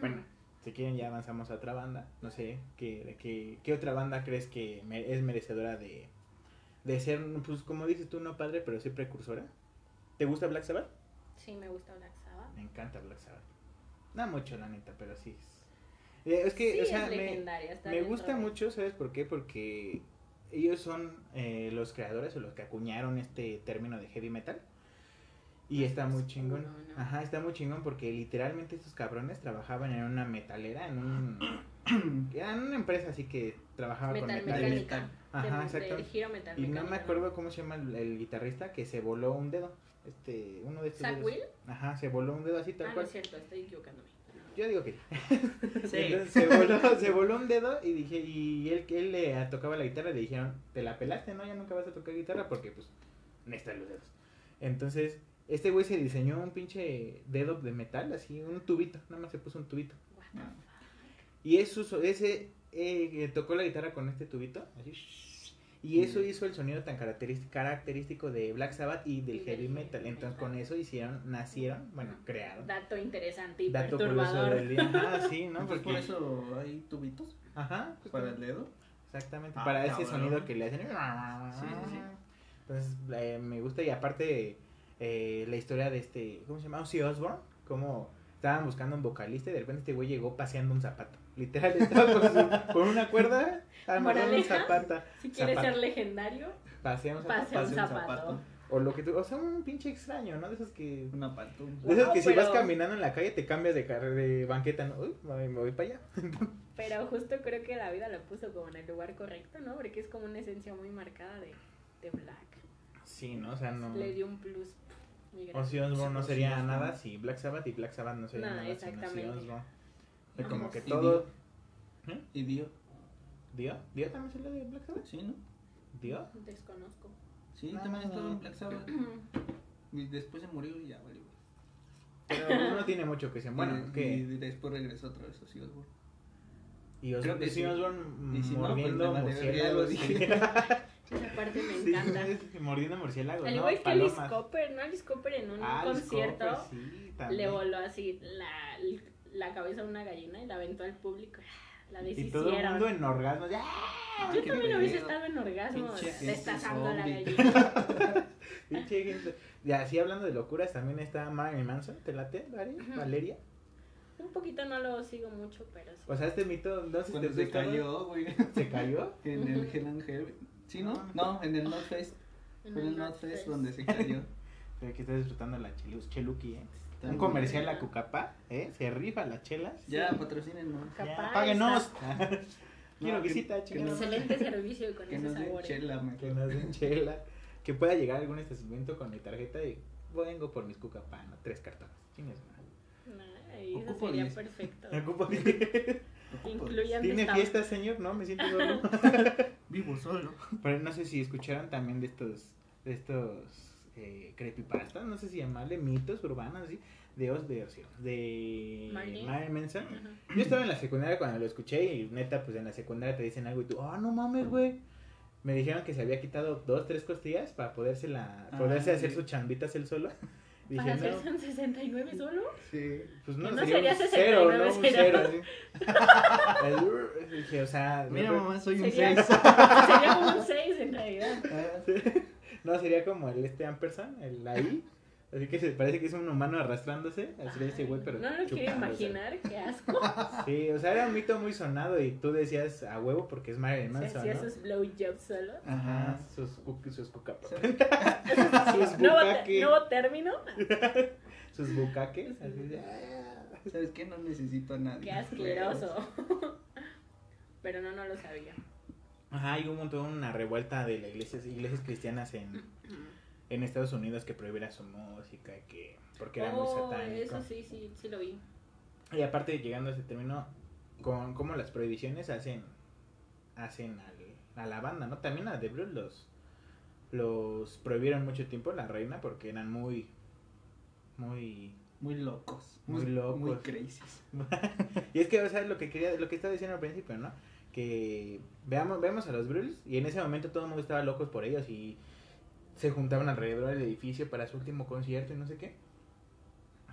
Speaker 1: bueno, si quieren ya avanzamos a otra banda. No sé, ¿qué, de qué, qué otra banda crees que me- es merecedora de, de ser, pues como dices tú, no padre, pero sí precursora? ¿Te gusta Black Sabbath?
Speaker 3: Sí, me gusta Black Sabbath.
Speaker 1: Me encanta Black Sabbath. No mucho, la neta, pero sí. Es, Eh, es que,
Speaker 3: sí,
Speaker 1: o sea,
Speaker 3: es
Speaker 1: me,
Speaker 3: legendaria. está
Speaker 1: me
Speaker 3: dentro
Speaker 1: gusta
Speaker 3: de-
Speaker 1: mucho, ¿sabes por qué? Porque ellos son eh, los creadores o los que acuñaron este término de heavy metal. Y
Speaker 3: Más
Speaker 1: está muy
Speaker 3: oscuro,
Speaker 1: chingón.
Speaker 3: Ah, pues, ¿no?
Speaker 1: Ajá, está muy chingón porque literalmente estos cabrones trabajaban en una metalera, en un... Era una empresa así que trabajaba con
Speaker 3: Metal
Speaker 1: metales.
Speaker 3: mecánica.
Speaker 2: metal.
Speaker 1: Ajá,
Speaker 3: de-
Speaker 1: exacto.
Speaker 3: del giro metal
Speaker 1: Y no
Speaker 3: mecánico,
Speaker 1: me acuerdo cómo se llama el, el guitarrista que se voló un dedo. Este, uno de estos
Speaker 3: ¿Zach
Speaker 1: dedos.
Speaker 3: Will?
Speaker 1: Ajá, se voló un dedo así tal
Speaker 3: Ah, no
Speaker 1: cual.
Speaker 3: es cierto, estoy equivocándome.
Speaker 1: Yo digo que
Speaker 2: Sí.
Speaker 1: Entonces, se, voló, se voló un dedo y dije, y él que él le tocaba la guitarra, le dijeron, te la pelaste, ¿no? Ya nunca vas a tocar guitarra porque pues necesitas los dedos. Entonces, este güey se diseñó un pinche dedo de metal, así, un tubito, nada más se puso un tubito.
Speaker 3: What the
Speaker 2: No.
Speaker 1: Y eso, hizo- ese eh, que tocó la guitarra con este tubito, así, shhh, y eso
Speaker 2: Mm.
Speaker 1: hizo el sonido tan caracteris- característico de Black Sabbath y del
Speaker 3: Y del
Speaker 1: heavy
Speaker 3: heavy
Speaker 1: metal. Entonces, con eso hicieron, nacieron, bueno, crearon.
Speaker 3: Dato interesante y
Speaker 1: Dato curioso
Speaker 3: perturbador.
Speaker 1: del día. Ajá, sí, ¿no?
Speaker 2: ¿No? Pues por
Speaker 1: Porque-
Speaker 2: eso hay tubitos
Speaker 1: Ajá, pues,
Speaker 2: para el dedo.
Speaker 1: Exactamente,
Speaker 2: Ah,
Speaker 1: para ese
Speaker 2: cabrón.
Speaker 1: sonido que le hacen.
Speaker 2: Sí, sí, sí.
Speaker 1: Entonces, eh, me gusta y aparte eh, la historia de este, ¿cómo se llama? Ozzy Osbourne, como estaban buscando un vocalista y de repente este güey llegó paseando un zapato. Literal, estaba con, su- con una cuerda amarrando un
Speaker 3: Moraleja.
Speaker 1: zapato.
Speaker 3: Si quieres
Speaker 1: Zapato.
Speaker 3: ser legendario,
Speaker 1: Pasea un zapato.
Speaker 3: pasea un
Speaker 2: pase un zapato.
Speaker 3: zapato.
Speaker 1: O lo que tú, o sea, un pinche extraño, ¿no? De esos que...
Speaker 2: Una patuma.
Speaker 1: De esos
Speaker 3: Wow,
Speaker 1: que si
Speaker 3: pero-
Speaker 1: vas caminando en la calle te cambias de, carre- de banqueta, ¿no? Uy, me voy- me voy para allá.
Speaker 3: Pero justo creo que la vida lo puso como en el lugar correcto, ¿no? Porque es como una esencia muy marcada de, de Black.
Speaker 1: Sí, ¿no? O sea, Ah, no... ¿Oh,
Speaker 3: Le dio un plus. pff, muy grande.
Speaker 1: Ozzy Osbourne no
Speaker 2: Ozzy
Speaker 1: sería
Speaker 2: Osbourne.
Speaker 1: nada si Black Sabbath y Black Sabbath no sería
Speaker 3: No,
Speaker 1: nada sin
Speaker 3: exactamente.
Speaker 1: Ozzy Osbourne. Fue
Speaker 3: Ajá.
Speaker 1: como que
Speaker 2: Y
Speaker 1: todo.
Speaker 2: Y dio.
Speaker 1: ¿Dio? ¿Dio también salió de Black Sabbath?
Speaker 2: Sí, ¿no?
Speaker 1: ¿Dio?
Speaker 3: Desconozco.
Speaker 2: Sí,
Speaker 1: No,
Speaker 3: Ah.
Speaker 1: no,
Speaker 2: también estaba
Speaker 1: no.
Speaker 2: en Black Sabbath. Y después se murió y ya valió.
Speaker 1: Pero no tiene mucho que se muera.
Speaker 2: y,
Speaker 1: ¿qué?
Speaker 2: y después regresó otra vez a Osborne.
Speaker 1: Y Os-
Speaker 2: Creo que
Speaker 1: sí,
Speaker 2: sí.
Speaker 1: Osborn
Speaker 2: Y si no,
Speaker 1: mordiendo
Speaker 2: pues, me vale verga, ya lo
Speaker 1: murciélagos.
Speaker 2: dije.
Speaker 3: Esa parte me
Speaker 1: Sí,
Speaker 3: encanta.
Speaker 1: es- mordiendo murciélagos,
Speaker 3: Al
Speaker 1: ¿no?
Speaker 3: igual que Alice
Speaker 1: Palomas.
Speaker 3: Cooper, ¿no? Alice Cooper en un
Speaker 1: Ah, Alice
Speaker 3: concierto
Speaker 1: Cooper, sí, también.
Speaker 3: le voló así la, la cabeza a una gallina y la aventó al público. La
Speaker 1: Y todo el
Speaker 3: deshicieron.
Speaker 1: mundo en orgasmo. ya.
Speaker 2: Ah,
Speaker 3: Yo
Speaker 2: qué
Speaker 3: también hubiese
Speaker 2: pedo.
Speaker 3: estado en orgasmo
Speaker 2: Pinche gente
Speaker 3: destazando a la
Speaker 2: zombie.
Speaker 3: gallina.
Speaker 1: Pinche gente. Y así hablando de locuras, también está Marilyn Manson. ¿Te late, Vari?
Speaker 3: Ajá.
Speaker 1: Valeria?
Speaker 3: Un poquito no lo sigo mucho, pero sí.
Speaker 1: O sea, este mito, no sé si
Speaker 2: Cuando
Speaker 1: te
Speaker 2: se
Speaker 1: gusta, güey.
Speaker 2: cayó, güey.
Speaker 1: ¿Se cayó?
Speaker 2: En el Hell and Heaven. ¿Sí, no? No, en el North Face.
Speaker 3: Ah. En
Speaker 2: Fue en
Speaker 3: el
Speaker 2: el North
Speaker 3: North
Speaker 2: Face
Speaker 3: Fest.
Speaker 2: donde se cayó.
Speaker 1: Pero aquí está disfrutando la chelus, cheluqui, ¿eh? Un
Speaker 2: También.
Speaker 1: comercial a Cucapá, ¿eh? Se rifa las chelas.
Speaker 2: Ya,
Speaker 3: Sí.
Speaker 2: patrocinen, ¿no?
Speaker 3: Capaz,
Speaker 1: Ya, páguenos. Quiero
Speaker 2: No, que-
Speaker 1: visita,
Speaker 2: que no-
Speaker 1: chingada. madre.
Speaker 3: Excelente servicio con ¿eh?
Speaker 2: Que
Speaker 3: esos
Speaker 2: nos den
Speaker 3: sabores.
Speaker 2: chela, me
Speaker 1: Que nos den chela. Que pueda llegar algún estacionamiento con mi tarjeta y vengo por mis Cucapá, ¿no? Tres cartones. Chingas, madre.
Speaker 3: Ay, eso
Speaker 2: Ocupo
Speaker 3: sería
Speaker 2: diez.
Speaker 3: perfecto.
Speaker 1: Me ocupo de-
Speaker 2: Ocupo.
Speaker 3: Incluyan
Speaker 1: ¿Tiene
Speaker 3: esta-
Speaker 1: fiesta, señor? No, me siento solo.
Speaker 2: Vivo solo.
Speaker 1: Pero no sé si escucharon también de estos, de estos eh, creepypastas, no sé si llamarle mitos urbanos, así, de Os de Ocio, de
Speaker 3: Marilyn.
Speaker 1: Marilyn Manson.
Speaker 3: Ajá.
Speaker 1: Yo estaba en la secundaria cuando lo escuché y neta, pues en la secundaria te dicen algo y tú, ah, no mames, güey. Me dijeron que se había quitado dos, tres costillas para poderse, la,
Speaker 2: Ah,
Speaker 1: poderse hacer
Speaker 2: sí.
Speaker 1: sus chambitas él solo. Dije,
Speaker 3: ¿Para
Speaker 1: no,
Speaker 3: hacerse un 69 solo?
Speaker 2: Sí.
Speaker 1: pues no,
Speaker 3: no
Speaker 1: sería,
Speaker 3: sería
Speaker 1: un cero, ¿no?
Speaker 3: 69,
Speaker 1: Un
Speaker 3: sería-
Speaker 1: cero, así. Dije, o sea,
Speaker 2: Mira,
Speaker 1: no-
Speaker 2: mamá, soy un Ah,
Speaker 3: Sería,
Speaker 2: 6.
Speaker 3: sería como un 6 en realidad.
Speaker 1: No, sería como el este Ampersand, el ahí. Así que se parece que es un humano arrastrándose. Así le dice, este güey, pero.
Speaker 3: no lo quiero
Speaker 1: chupándose.
Speaker 3: imaginar, qué asco.
Speaker 1: Sí, o sea, era un mito muy sonado y tú decías a huevo porque es Marilyn
Speaker 3: Se
Speaker 1: Manson.
Speaker 3: hacía
Speaker 1: ¿no?
Speaker 3: sus blowjobs solo.
Speaker 1: Ajá,
Speaker 2: Ajá.
Speaker 1: sus cuc- sus cucapas.
Speaker 2: ¿Sabes?
Speaker 1: sus
Speaker 3: Nuevo, te-
Speaker 1: bucaque.
Speaker 3: nuevo término.
Speaker 1: Sus bucaques. Así de, ah.
Speaker 2: ¿Sabes qué? No necesito a nadie.
Speaker 3: Qué asqueroso. Pero no, no lo sabía.
Speaker 1: Ajá, y hubo un montón, una revuelta de las iglesias, iglesias cristianas en, en Estados Unidos que prohibiera su música, que porque era muy
Speaker 3: Oh,
Speaker 1: satánico.
Speaker 3: eso sí, sí, sí lo vi.
Speaker 1: Y aparte, llegando a este término, con cómo las prohibiciones hacen hacen al- a la banda, ¿no? También a The Blues los, los prohibieron mucho tiempo, la reina, porque eran muy, muy...
Speaker 2: Muy locos.
Speaker 1: Muy locos.
Speaker 2: Muy crazies.
Speaker 1: y es que, o sea, lo que quería, lo que estaba diciendo al principio, ¿no? Que veamos, vemos a los Blues y en ese momento todo el mundo estaba locos por ellos y se juntaban alrededor del edificio para su último concierto y no sé qué.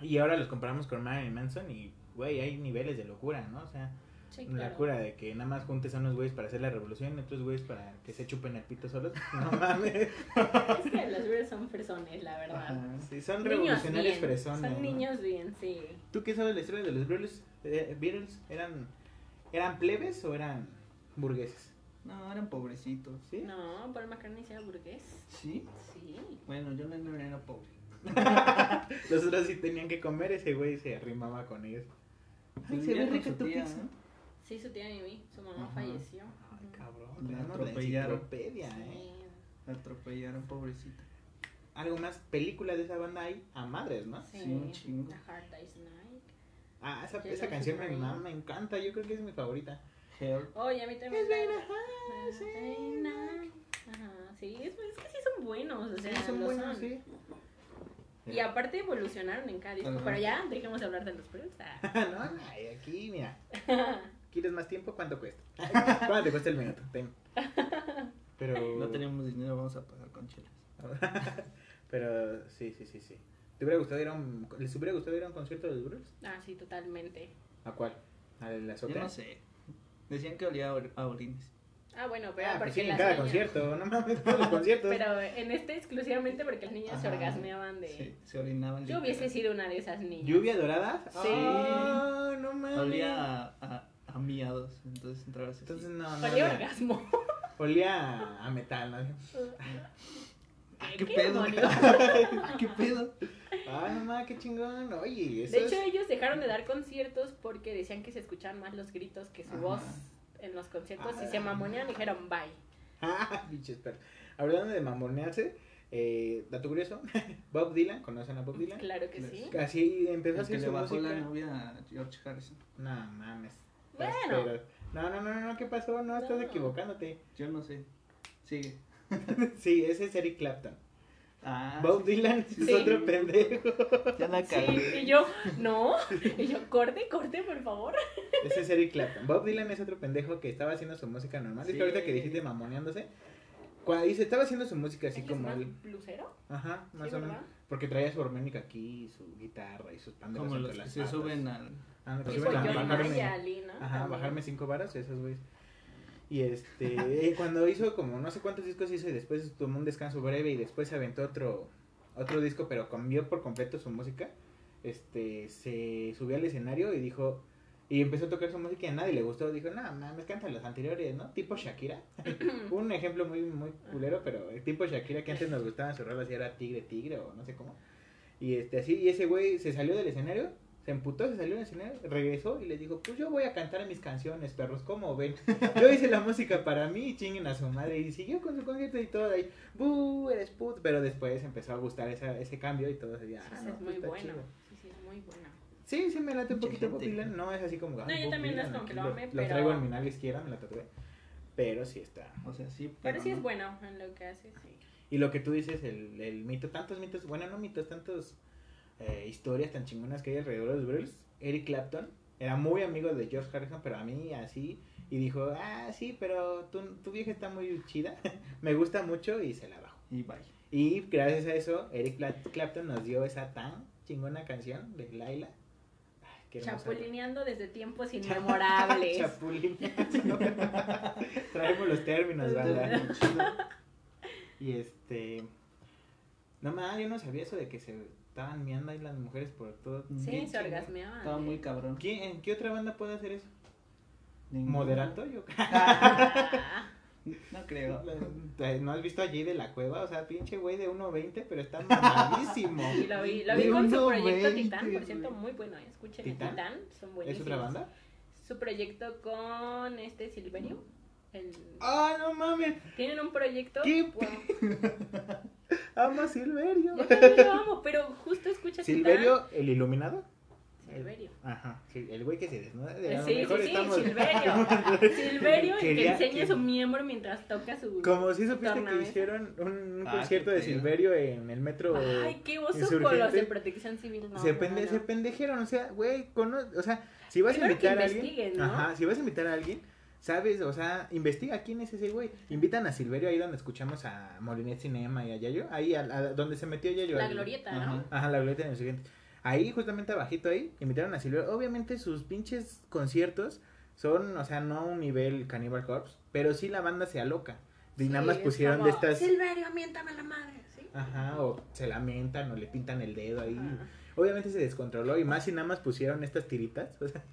Speaker 1: Y ahora los comparamos con Marilyn Manson y, güey, hay niveles de locura, ¿no? O sea,
Speaker 3: Sí,
Speaker 1: La
Speaker 3: claro.
Speaker 1: cura de que nada más juntes a unos güeyes para hacer la revolución y otros güeyes para que se chupen el pito solos. No mames.
Speaker 3: Es que los güeyes son fresones, la verdad.
Speaker 2: Ajá.
Speaker 1: Sí, son
Speaker 3: Niños
Speaker 1: revolucionarios
Speaker 3: bien,
Speaker 1: fresones.
Speaker 3: Son
Speaker 1: ¿no?
Speaker 3: niños bien, sí.
Speaker 1: ¿Tú qué sabes la historia de los Beatles? Eh, Beatles, ¿Eran, ¿Eran plebes o eran burgueses?
Speaker 2: No, eran pobrecitos.
Speaker 1: ¿Sí?
Speaker 3: No, Paul McCartney era burgués.
Speaker 2: ¿Sí?
Speaker 3: Sí.
Speaker 2: Bueno, yo no no era pobre.
Speaker 1: Los otros sí tenían que comer, ese güey se arrimaba con ellos. Ay, se
Speaker 2: Vivía
Speaker 1: ve
Speaker 2: con
Speaker 1: rica
Speaker 2: su
Speaker 1: tu
Speaker 2: tía,
Speaker 1: pizza.
Speaker 3: Sí, su tía Mimi, su mamá
Speaker 2: Ajá.
Speaker 3: falleció.
Speaker 1: Ay, cabrón,
Speaker 2: La
Speaker 1: veamos
Speaker 2: atropellaron.
Speaker 1: enciclopedia, ¿eh?
Speaker 3: Sí.
Speaker 2: La atropellaron, pobrecita.
Speaker 1: Algo más, películas de esa banda hay a madres, ¿no?
Speaker 3: Sí,
Speaker 2: Sí, un chingo.
Speaker 3: The Hard Day's Night.
Speaker 1: Ah, esa,
Speaker 3: Yellow
Speaker 1: esa canción me,
Speaker 3: Submarine.
Speaker 1: me encanta, yo creo que es mi favorita.
Speaker 2: Help.
Speaker 3: Oye, a mí también.
Speaker 1: It's
Speaker 3: la-
Speaker 1: been a
Speaker 3: Hard Day's Night. Ajá, sí, es, es que sí son buenos, o sea,
Speaker 1: Sí, son
Speaker 3: lo
Speaker 1: buenos,
Speaker 3: son.
Speaker 1: sí.
Speaker 3: Y aparte evolucionaron en cada disco,
Speaker 2: Ajá.
Speaker 3: pero ya dejemos de hablar de los Beatles. Ah.
Speaker 1: no, ay, aquí, mira. ¿Quieres más tiempo? ¿Cuánto cuesta? ¿Cuánto te cuesta el minuto? Ten. Pero.
Speaker 2: No tenemos dinero, vamos a pagar con chelas.
Speaker 1: Pero sí, sí, sí, sí. ¿Te hubiera gustado ir a un... ¿Les hubiera gustado ir a un concierto de los Beatles?
Speaker 3: Ah, sí, totalmente.
Speaker 1: ¿A cuál? ¿Al la
Speaker 2: Yo
Speaker 1: Azotea?
Speaker 2: no sé. Decían que olía a, or- a orines.
Speaker 3: Ah, bueno, pero
Speaker 1: Ah,
Speaker 3: porque
Speaker 1: pues sí, en
Speaker 3: las
Speaker 1: cada
Speaker 3: niñas-
Speaker 1: concierto, no mames, todos los conciertos.
Speaker 3: Pero en este exclusivamente porque las niñas se
Speaker 2: Ajá.
Speaker 3: orgasmeaban de...
Speaker 2: Sí, se orinaban.
Speaker 3: Yo hubiese
Speaker 2: literal.
Speaker 3: sido una de esas niñas.
Speaker 1: ¿Lluvia dorada?
Speaker 3: Sí.
Speaker 1: Ah, no mames.
Speaker 2: Olía a, a, a miados, entonces entrabas así.
Speaker 1: Entonces no, no.
Speaker 3: Olía a
Speaker 1: Olía,
Speaker 3: orgasmo.
Speaker 1: olía a metal, ¿no?
Speaker 2: Ah,
Speaker 3: ¿Qué
Speaker 2: ¿Qué, pedo?
Speaker 3: demonios?
Speaker 2: Ah, ¿Qué pedo?
Speaker 1: Ah, no mames, qué chingón. Oye, eso
Speaker 3: De hecho,
Speaker 1: es-
Speaker 3: ellos dejaron de dar conciertos porque decían que se escuchaban más los gritos que su
Speaker 2: Ajá.
Speaker 3: voz en los conciertos y
Speaker 1: Ah.
Speaker 3: se mamonean y dijeron bye.
Speaker 1: Ah, pinches perros. Hablando de mamonearse, eh, dato curioso, Bob Dylan, ¿conocen a Bob Dylan?
Speaker 3: Claro que sí.
Speaker 1: Así empezó a
Speaker 2: El que
Speaker 1: hacer
Speaker 2: le
Speaker 1: su
Speaker 2: bajó la
Speaker 1: música. No
Speaker 2: novia a George Harrison.
Speaker 1: mames.
Speaker 3: Bueno.
Speaker 1: Pero- No, no, no, no, ¿qué pasó? No, estás
Speaker 3: No.
Speaker 1: equivocándote.
Speaker 2: Yo no sé. Sigue.
Speaker 1: sí, ese es Eric Clapton.
Speaker 2: Ah,
Speaker 1: Bob Dylan es
Speaker 3: Sí.
Speaker 1: otro pendejo.
Speaker 2: ya la
Speaker 3: Sí,
Speaker 2: cagué.
Speaker 3: y yo, no. Y yo, corte, corte, por favor.
Speaker 1: Ese es Eric Clapton. Bob Dylan es otro pendejo que estaba haciendo su música normal. Es
Speaker 2: Sí.
Speaker 1: que ahorita que dijiste mamoneándose. Cuando dice, estaba haciendo su música así
Speaker 3: Aquí es
Speaker 1: como
Speaker 3: más
Speaker 1: él.
Speaker 3: blusero,
Speaker 1: Ajá,
Speaker 3: ¿sí,
Speaker 1: más o menos.
Speaker 3: verdad?
Speaker 1: Porque traía su armónica aquí, y su guitarra y sus panderos
Speaker 2: Como
Speaker 1: entre
Speaker 2: los que
Speaker 1: las
Speaker 2: se
Speaker 1: patas.
Speaker 2: suben al.
Speaker 1: Ah, no, que
Speaker 2: Pues
Speaker 1: iban a
Speaker 2: con John
Speaker 1: bajarme-
Speaker 2: Mayer,
Speaker 1: Ajá, bajarme cinco varas, esos güeyes. Y este, eh, cuando hizo como no sé cuántos discos hizo y después tomó un descanso breve y después se aventó otro, otro disco, pero cambió por completo su música. Este, se subió al escenario y dijo, y empezó a tocar su música y a nadie le gustó. Dijo, no, mames, canta los anteriores, ¿no? Tipo Shakira. un ejemplo muy, muy culero, pero el tipo Shakira que antes nos gustaban sus rolas y era Tigre, Tigre o no sé cómo. Y este, así, y ese güey se salió del escenario, se emputó, se salió del escenario, regresó y les dijo, pues yo voy a cantar mis canciones, perros, ¿cómo ven? Yo hice la música para mí, chinguen a su madre. Y siguió con su concierto y todo ahí, ¡buh, eres put! Pero después empezó a gustar esa- ese cambio y todo se decía,
Speaker 3: Sí,
Speaker 1: ah,
Speaker 3: sí,
Speaker 1: no,
Speaker 3: es
Speaker 1: pues,
Speaker 3: muy
Speaker 1: está
Speaker 3: bueno.
Speaker 1: chido".
Speaker 3: Sí, sí, es muy bueno.
Speaker 1: Sí, sí me late un
Speaker 2: Mucha
Speaker 1: poquito Bob
Speaker 2: gente.
Speaker 1: Dylan, no es así como... "Ah,
Speaker 3: No, yo también no es como que lo ame, pero-
Speaker 1: traigo en mi nalga izquierda, me la tatué, pero sí está...
Speaker 2: O sea, sí. Pero,
Speaker 3: Pero sí es
Speaker 2: no.
Speaker 3: bueno en lo que hace, sí.
Speaker 1: Y lo que tú dices, el, el mito, tantos mitos, bueno, no mitos, tantos eh, historias tan chingonas que hay alrededor de los Beatles. Eric Clapton era muy amigo de George Harrison, pero a mí así, y dijo, ah, sí, pero tu, tu vieja está muy chida, me gusta mucho y se la bajo.
Speaker 2: Y bye.
Speaker 1: Y gracias a eso, Eric Cla- Clapton nos dio esa tan chingona canción de Laila. Ay, qué hermosa.
Speaker 3: Chapulineando desde tiempos inmemorables.
Speaker 1: Chapulineando. Traemos los términos, ¿verdad? Y este. No mames, yo no sabía eso de que se estaban miando ahí las mujeres por todo.
Speaker 3: sí,
Speaker 2: Bien
Speaker 3: se
Speaker 2: chingón.
Speaker 3: orgasmeaban.
Speaker 2: Estaba muy cabrón.
Speaker 1: ¿Quién- ¿En qué otra banda puede hacer eso? Mm.
Speaker 2: Ningún-
Speaker 1: ¿Moderato? Yo
Speaker 3: Ah,
Speaker 2: No creo.
Speaker 1: ¿No has visto allí de la cueva? O sea, pinche güey de 1.20, pero está mamadísimo.
Speaker 3: y lo vi, lo vi
Speaker 2: De
Speaker 3: con su
Speaker 2: uno
Speaker 3: proyecto
Speaker 2: veinte,
Speaker 3: Titán, por
Speaker 2: güey.
Speaker 3: cierto, muy bueno. ¿eh? Escuchen a
Speaker 1: ¿Titán?
Speaker 3: Titán, son
Speaker 1: ¿Es
Speaker 3: buenísimos.
Speaker 1: otra banda?
Speaker 3: Su proyecto con este Silverio. el-
Speaker 1: ¡Ah, no mames!
Speaker 3: Tienen un proyecto.
Speaker 1: ¿Qué
Speaker 3: wow.
Speaker 1: ¡Ama a Silverio!
Speaker 3: Yo también lo amo, pero justo escucha
Speaker 1: ¿Silverio, el iluminado?
Speaker 3: Titán. Silverio.
Speaker 1: Ajá, sí, el güey que se desnuda.
Speaker 3: Eh,
Speaker 1: a lo
Speaker 3: Sí, sí,
Speaker 1: mejor
Speaker 3: sí,
Speaker 1: estamos-
Speaker 3: Silverio. Silverio el que
Speaker 1: Quería
Speaker 3: enseña
Speaker 1: que-
Speaker 3: su miembro mientras toca su. ¿eh?
Speaker 1: Como si supiste que
Speaker 3: Tornamesa.
Speaker 1: hicieron un, un
Speaker 2: Ah,
Speaker 1: concierto
Speaker 2: qué
Speaker 1: de
Speaker 2: pedo.
Speaker 1: Silverio en el metro.
Speaker 3: Ay, qué oso
Speaker 1: insurgente.
Speaker 3: con los de protección civil. No,
Speaker 1: se,
Speaker 3: no,
Speaker 1: pende-
Speaker 3: no.
Speaker 1: se pendejeron, o sea, güey, cono- o sea, si vas a
Speaker 3: Primero que
Speaker 1: invitar a alguien,
Speaker 3: investiguen, ¿no?
Speaker 1: ajá, si vas a invitar a alguien, sabes, o sea, investiga quién es ese güey. Invitan a Silverio ahí donde escuchamos a Molinet Cinema y a Yayo, ahí a, a donde se metió Yayo.
Speaker 3: La
Speaker 1: al-
Speaker 3: glorieta,
Speaker 2: Ajá.
Speaker 3: ¿no?
Speaker 1: Ajá, la glorieta en el siguiente. Ahí, justamente abajito ahí, invitaron a Silverio. Obviamente sus pinches conciertos son, o sea, no un nivel Cannibal Corpse, pero sí la banda se aloca. Y nada
Speaker 3: Sí,
Speaker 1: más
Speaker 3: es
Speaker 1: pusieron
Speaker 3: como,
Speaker 1: de estas...
Speaker 3: Silverio, miéntame la madre. ¿sí?
Speaker 1: Ajá, o se lamentan o le pintan el dedo ahí.
Speaker 3: Ah,
Speaker 1: Obviamente se descontroló y más si nada más pusieron estas tiritas. O sea,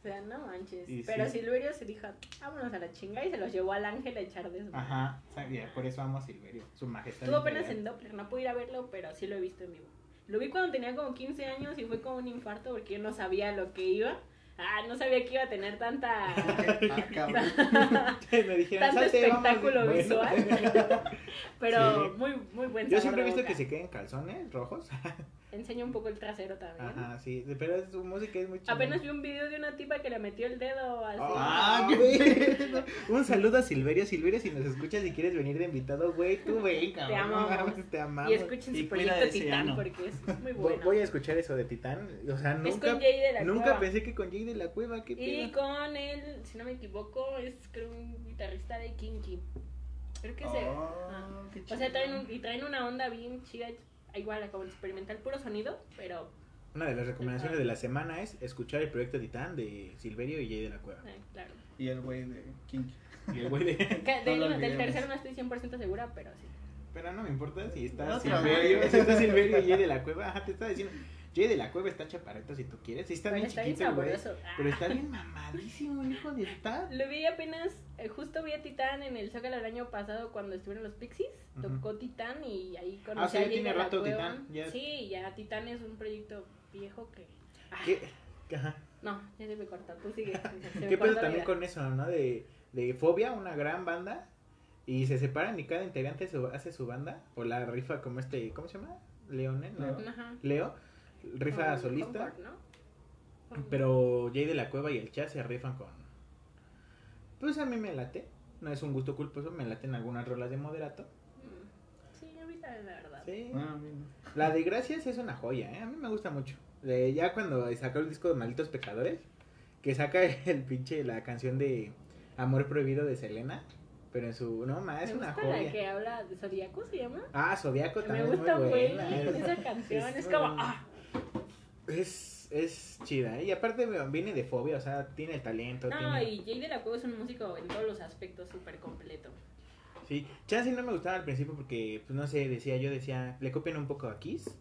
Speaker 3: o sea, no manches.
Speaker 1: Y
Speaker 3: Pero
Speaker 1: sí.
Speaker 3: Silverio se dijo, vámonos a la chinga y se los llevó al ángel a echar de
Speaker 1: ajá, sabía, por eso amo a Silverio, su majestad.
Speaker 3: Estuvo apenas en
Speaker 1: imperial.
Speaker 3: Doppler, no pude ir a verlo, pero sí lo he visto en vivo. Lo vi cuando tenía como 15 años y fue como un infarto porque yo no sabía lo que iba. Ah, no sabía que iba a tener tanta...
Speaker 2: Ah, cabrón.
Speaker 1: Me dijeron,
Speaker 3: tanto
Speaker 1: "Salte, vamos".
Speaker 3: espectáculo
Speaker 1: Bueno,
Speaker 3: visual. Pero
Speaker 1: Sí.
Speaker 3: muy, muy buen
Speaker 1: Yo
Speaker 3: sabor
Speaker 1: siempre he
Speaker 3: de
Speaker 1: visto
Speaker 3: boca.
Speaker 1: que se queden calzones rojos.
Speaker 3: Enseña un poco el trasero también.
Speaker 1: Ajá, sí, pero su música es muy chida.
Speaker 3: Apenas vi un video de una tipa que le metió el dedo así.
Speaker 1: Ah, güey. Un saludo a Silverio. Silverio, si nos escuchas y quieres venir de invitado, güey, tú ven, cabrón.
Speaker 3: Te amamos.
Speaker 1: No mames, Te amamos.
Speaker 3: y escuchen
Speaker 2: Y cuida
Speaker 3: su proyecto
Speaker 2: ese
Speaker 3: Titán
Speaker 2: ano.
Speaker 3: porque es, es muy
Speaker 1: Voy-
Speaker 3: bueno.
Speaker 1: Voy a escuchar eso de Titán. O sea,
Speaker 3: es
Speaker 1: nunca,
Speaker 3: con Jay de la
Speaker 1: nunca
Speaker 3: Cueva.
Speaker 1: pensé que con Jay de la Cueva, qué
Speaker 3: Y
Speaker 1: pedo.
Speaker 3: con él, si no me equivoco, es creo un guitarrista de Kinky. Creo que se. Ah.
Speaker 2: Oh, qué
Speaker 3: O sea, traen,
Speaker 2: chido.
Speaker 3: un- y traen una onda bien chida. Igual, como experimental, puro sonido, pero
Speaker 1: Una de las recomendaciones de la semana es escuchar el proyecto Titán de Silverio y Jay de la Cueva.
Speaker 3: eh, claro.
Speaker 2: Y el güey de King.
Speaker 1: Y el güey de-
Speaker 3: Ca- del-
Speaker 2: lo
Speaker 3: del
Speaker 2: olvidemos.
Speaker 3: tercero no estoy 100% segura, pero sí.
Speaker 1: Pero no me importa si está
Speaker 2: Otra
Speaker 1: Silverio,
Speaker 2: vez.
Speaker 1: si está Silverio y Jay de la Cueva. Ajá, te está diciendo. Jay de la Cueva está chaparrito si tú quieres. Sí, está
Speaker 3: Pero
Speaker 1: bien
Speaker 3: está bien
Speaker 1: chiquito, güey.
Speaker 3: sabroso. Ah.
Speaker 1: Pero está bien mamadísimo, hijo de tal.
Speaker 3: Lo vi apenas, eh, justo vi a Titán en el Zócalo el año pasado cuando estuvieron los Pixies.
Speaker 1: Ujú.
Speaker 3: Tocó Titán y ahí conocí
Speaker 1: Ah, o sea,
Speaker 3: a
Speaker 1: ya
Speaker 3: Jay
Speaker 1: tiene
Speaker 3: de la
Speaker 1: rato
Speaker 3: Cueva.
Speaker 1: Titán, ya.
Speaker 3: Sí, ya Titán es un proyecto viejo que. Ah,
Speaker 1: ¿Qué? Ajá.
Speaker 3: No, ya se me cortó, tú sigue. se me
Speaker 1: ¿Qué
Speaker 3: cortó
Speaker 1: pedo
Speaker 3: la
Speaker 1: también
Speaker 3: idea.
Speaker 1: con eso, no? De, de Fobia, una gran banda, y se separan y cada integrante su- hace su banda, o la rifa como este, ¿cómo se llama? Leonel, ¿no?
Speaker 2: Leo.
Speaker 3: Ajá.
Speaker 1: Leo, rifa
Speaker 3: Con
Speaker 1: solista, Ah,
Speaker 3: Concord, ¿no? Con-
Speaker 1: pero Jay de la Cueva y el Chat se rifan con... Pues a mí me late, no es un gusto culposo, me laten algunas rolas de moderato,
Speaker 3: Mm, Sí, a mí ahorita es la verdad.
Speaker 1: Sí.
Speaker 2: Ah, mira.
Speaker 1: La de Gracias es una joya, ¿eh? A mí me gusta mucho. Eh, ya cuando sacó el disco de Malditos Pecadores, que saca el pinche, la canción de Amor Prohibido de Selena, pero en su... No, ma, es
Speaker 3: me
Speaker 1: una
Speaker 3: gusta la
Speaker 1: joya.
Speaker 3: que habla de Zodíaco, ¿se llama?
Speaker 1: Ah, Zodíaco
Speaker 3: me
Speaker 1: también es muy
Speaker 3: gusta güey,
Speaker 1: buena.
Speaker 3: esa canción,
Speaker 1: Es
Speaker 3: es, como...
Speaker 1: buena.
Speaker 3: ah,
Speaker 1: Es, es chida, ¿eh? Y aparte bueno, viene de fobia, o sea, tiene el talento.
Speaker 3: No,
Speaker 1: tiene-
Speaker 3: y Jay de la Cueva es un músico en todos los aspectos súper completo.
Speaker 1: Sí, Chance no me gustaba al principio porque, pues no sé, decía, yo decía, le copian un poco a Kiss,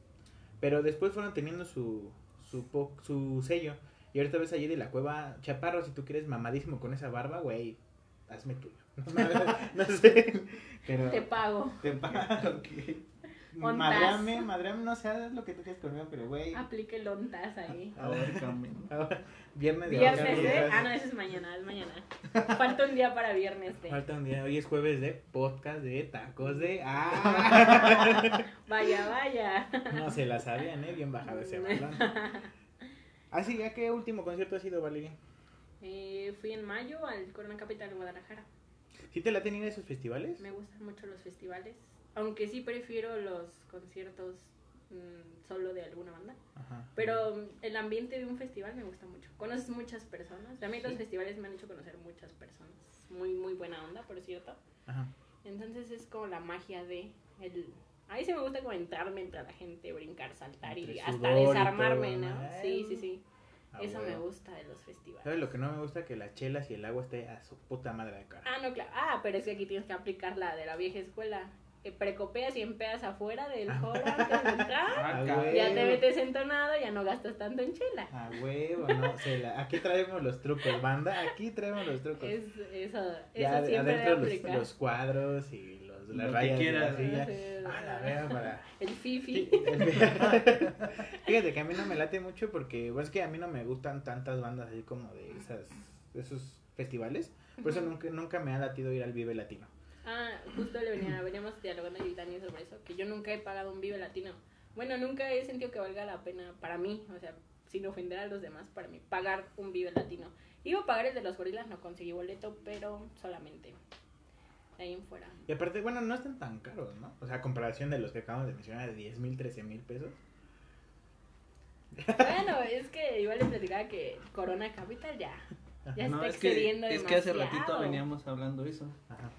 Speaker 1: pero después fueron teniendo su, su, po- su sello. Y ahorita ves allí de la cueva, chaparro, si tú quieres mamadísimo con esa barba, güey, hazme tuyo. No, sé, pero...
Speaker 3: Te pago.
Speaker 1: te pago.
Speaker 3: Ondas.
Speaker 1: Madrame, madrame, no sé, haz lo que tú quieras conmigo, pero güey.
Speaker 3: Aplique lontas ahí.
Speaker 2: Ahórcame.
Speaker 1: ahora- Viernes de
Speaker 3: Viernes
Speaker 1: ahorcar,
Speaker 3: de...
Speaker 1: viernes.
Speaker 3: Ah, no, ese es mañana, es mañana. Falta un día para viernes de...
Speaker 1: Falta un día, hoy es jueves de podcast de tacos de... ¡Ah!
Speaker 3: Vaya, vaya.
Speaker 1: No se la sabían, ¿eh? Bien bajado ese balón. Así, ¿a qué último concierto ha sido, Valeria?
Speaker 3: Eh, fui en mayo al Corona Capital de Guadalajara.
Speaker 1: ¿Sí te la tenían en esos festivales?
Speaker 3: Me gustan mucho los festivales, aunque sí prefiero los conciertos mm, solo de alguna banda.
Speaker 1: Ajá.
Speaker 3: Pero mm, el ambiente de un festival me gusta mucho. Conoces muchas personas. A mí los
Speaker 1: Sí.
Speaker 3: festivales me han hecho conocer muchas personas. Muy, muy buena onda, por cierto.
Speaker 1: Ajá.
Speaker 3: Entonces es como la magia de... El... A mí sí me gusta como entrarme entre la gente, brincar, saltar y
Speaker 1: Entre
Speaker 3: hasta
Speaker 1: sudor y
Speaker 3: desarmarme,
Speaker 1: todo,
Speaker 3: ¿no?
Speaker 1: ¿no?
Speaker 3: Sí, sí, sí.
Speaker 1: Ah,
Speaker 3: Eso
Speaker 1: bueno.
Speaker 3: me gusta de los festivales.
Speaker 1: ¿Sabes lo que no me gusta? Que las chelas y el agua esté a su puta madre de cara.
Speaker 3: Ah, no, claro. Ah, pero es que aquí tienes que aplicar la de la vieja escuela. Que precopeas y empeas afuera del foro antes de entrar.
Speaker 1: Ah,
Speaker 2: Ah,
Speaker 1: güey.
Speaker 3: Ya te metes entonado, ya no gastas tanto en chela.
Speaker 1: A huevo, no. se la- Aquí traemos los trucos, banda. Aquí traemos los trucos.
Speaker 3: Es, eso
Speaker 1: Ya
Speaker 3: eso
Speaker 1: de-
Speaker 3: siempre debe
Speaker 1: adentro los,
Speaker 3: aplicar.
Speaker 1: los cuadros y los, las
Speaker 2: Lo que
Speaker 1: rayas de la
Speaker 2: quieras,
Speaker 1: silla.
Speaker 3: Sí,
Speaker 1: Ah, la
Speaker 3: ah.
Speaker 1: verga, para...
Speaker 3: El
Speaker 1: Sí,
Speaker 3: fifi.
Speaker 1: el- Fíjate que a mí no me late mucho porque pues, es que a mí no me gustan tantas bandas así como de esas de esos festivales. Por eso nunca, nunca me ha latido ir al Vive Latino.
Speaker 3: Ah, justo le venía, veníamos dialogando y Dani sobre eso, que yo nunca he pagado un Vive Latino. Bueno, nunca he sentido que valga la pena para mí, o sea, sin ofender a los demás, para mí, pagar un Vive Latino. Iba a pagar el de los gorilas, no conseguí boleto, pero solamente. De ahí en fuera.
Speaker 1: Y aparte, bueno, no están tan caros, ¿no? O sea, a comparación de los que acabamos de mencionar, de 10 mil, 13 mil pesos.
Speaker 3: Bueno, es que igual les platicaba que Corona Capital ya. Ya
Speaker 2: No,
Speaker 3: está
Speaker 2: es que,
Speaker 3: excediendo
Speaker 2: es que hace
Speaker 3: demasiado.
Speaker 2: ratito veníamos hablando eso.
Speaker 1: Ajá.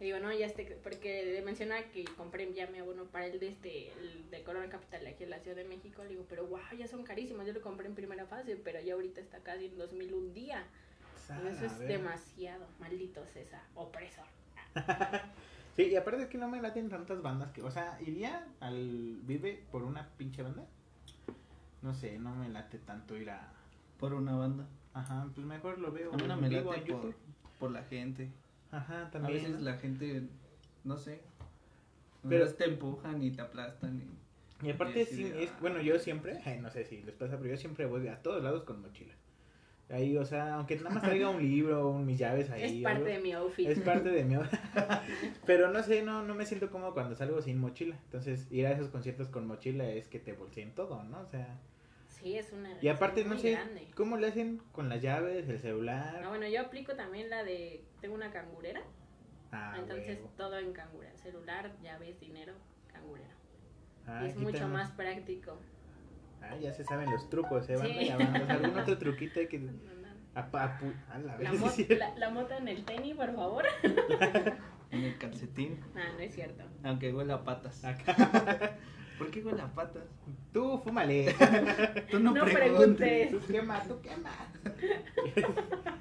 Speaker 3: Le digo, no, ya está. Porque le menciona que compré ya mi abono para el de, este, el de Corona Capital de aquí en la Ciudad de México. Le digo, pero wow, ya son carísimos. Yo lo compré en primera fase, pero ya ahorita está casi en 2000 un día. Y eso
Speaker 1: Pues, A
Speaker 3: es
Speaker 1: ver.
Speaker 3: demasiado. Maldito César, opresor.
Speaker 1: Sí, y aparte es que no me laten tantas bandas que, o sea, iría al Vive por una pinche banda. No sé, no me late tanto ir a...
Speaker 2: Por una banda.
Speaker 1: Ajá, pues mejor lo veo
Speaker 2: A mí no
Speaker 1: en
Speaker 2: me
Speaker 1: vivo
Speaker 2: late
Speaker 1: en
Speaker 2: por,
Speaker 1: YouTube.
Speaker 2: por la gente.
Speaker 1: Ajá,
Speaker 2: A
Speaker 1: también.
Speaker 2: veces
Speaker 1: ¿no?
Speaker 2: la gente, no sé.
Speaker 1: Pero-
Speaker 2: Pero te empujan y te aplastan. Y...
Speaker 1: Y aparte,
Speaker 2: así
Speaker 1: sí,
Speaker 2: de,
Speaker 1: es,
Speaker 2: ah.
Speaker 1: bueno, yo siempre, ay, no sé si les pasa, pero yo siempre voy a todos lados con mochila. Ahí, o sea, aunque nada más traiga un libro, un, mis llaves ahí.
Speaker 3: es
Speaker 1: o algo,
Speaker 3: parte de mi outfit.
Speaker 1: es parte de mi. pero no sé, no, no me siento cómodo cuando salgo sin mochila. Entonces, ir a esos conciertos con mochila es que te bolseen todo, ¿no? O sea,
Speaker 3: Sí, es una.
Speaker 1: y aparte,
Speaker 3: relación
Speaker 1: no
Speaker 3: muy
Speaker 1: sé,
Speaker 3: grande.
Speaker 1: ¿cómo le hacen con las llaves, el
Speaker 3: Ah,
Speaker 1: celular?
Speaker 3: bueno, yo aplico también la de. Tengo una cangurera.
Speaker 1: Ah,
Speaker 3: Entonces
Speaker 1: huevo.
Speaker 3: todo en cangura, celular, llaves, dinero, cangurera.
Speaker 1: Ah,
Speaker 3: Y es
Speaker 1: aquí
Speaker 3: mucho
Speaker 1: también.
Speaker 3: más práctico.
Speaker 1: Ah, ya se saben los trucos, ¿eh? Banda,
Speaker 3: Sí.
Speaker 1: ya banda. O sea, algún otro truquito hay que.
Speaker 3: La,
Speaker 1: apa- apu- a la vez,
Speaker 3: mo-
Speaker 1: sí,
Speaker 3: la- la mota en el tenis, por favor. Ah,
Speaker 2: En el calcetín.
Speaker 3: No, no es cierto.
Speaker 2: Aunque huela a patas.
Speaker 1: Ah. Acá.
Speaker 2: ¿Por qué huele a patas?
Speaker 1: Tú, fúmale.
Speaker 2: Tú no,
Speaker 3: No
Speaker 2: preguntes.
Speaker 3: preguntes.
Speaker 1: Tú quema, tú quema.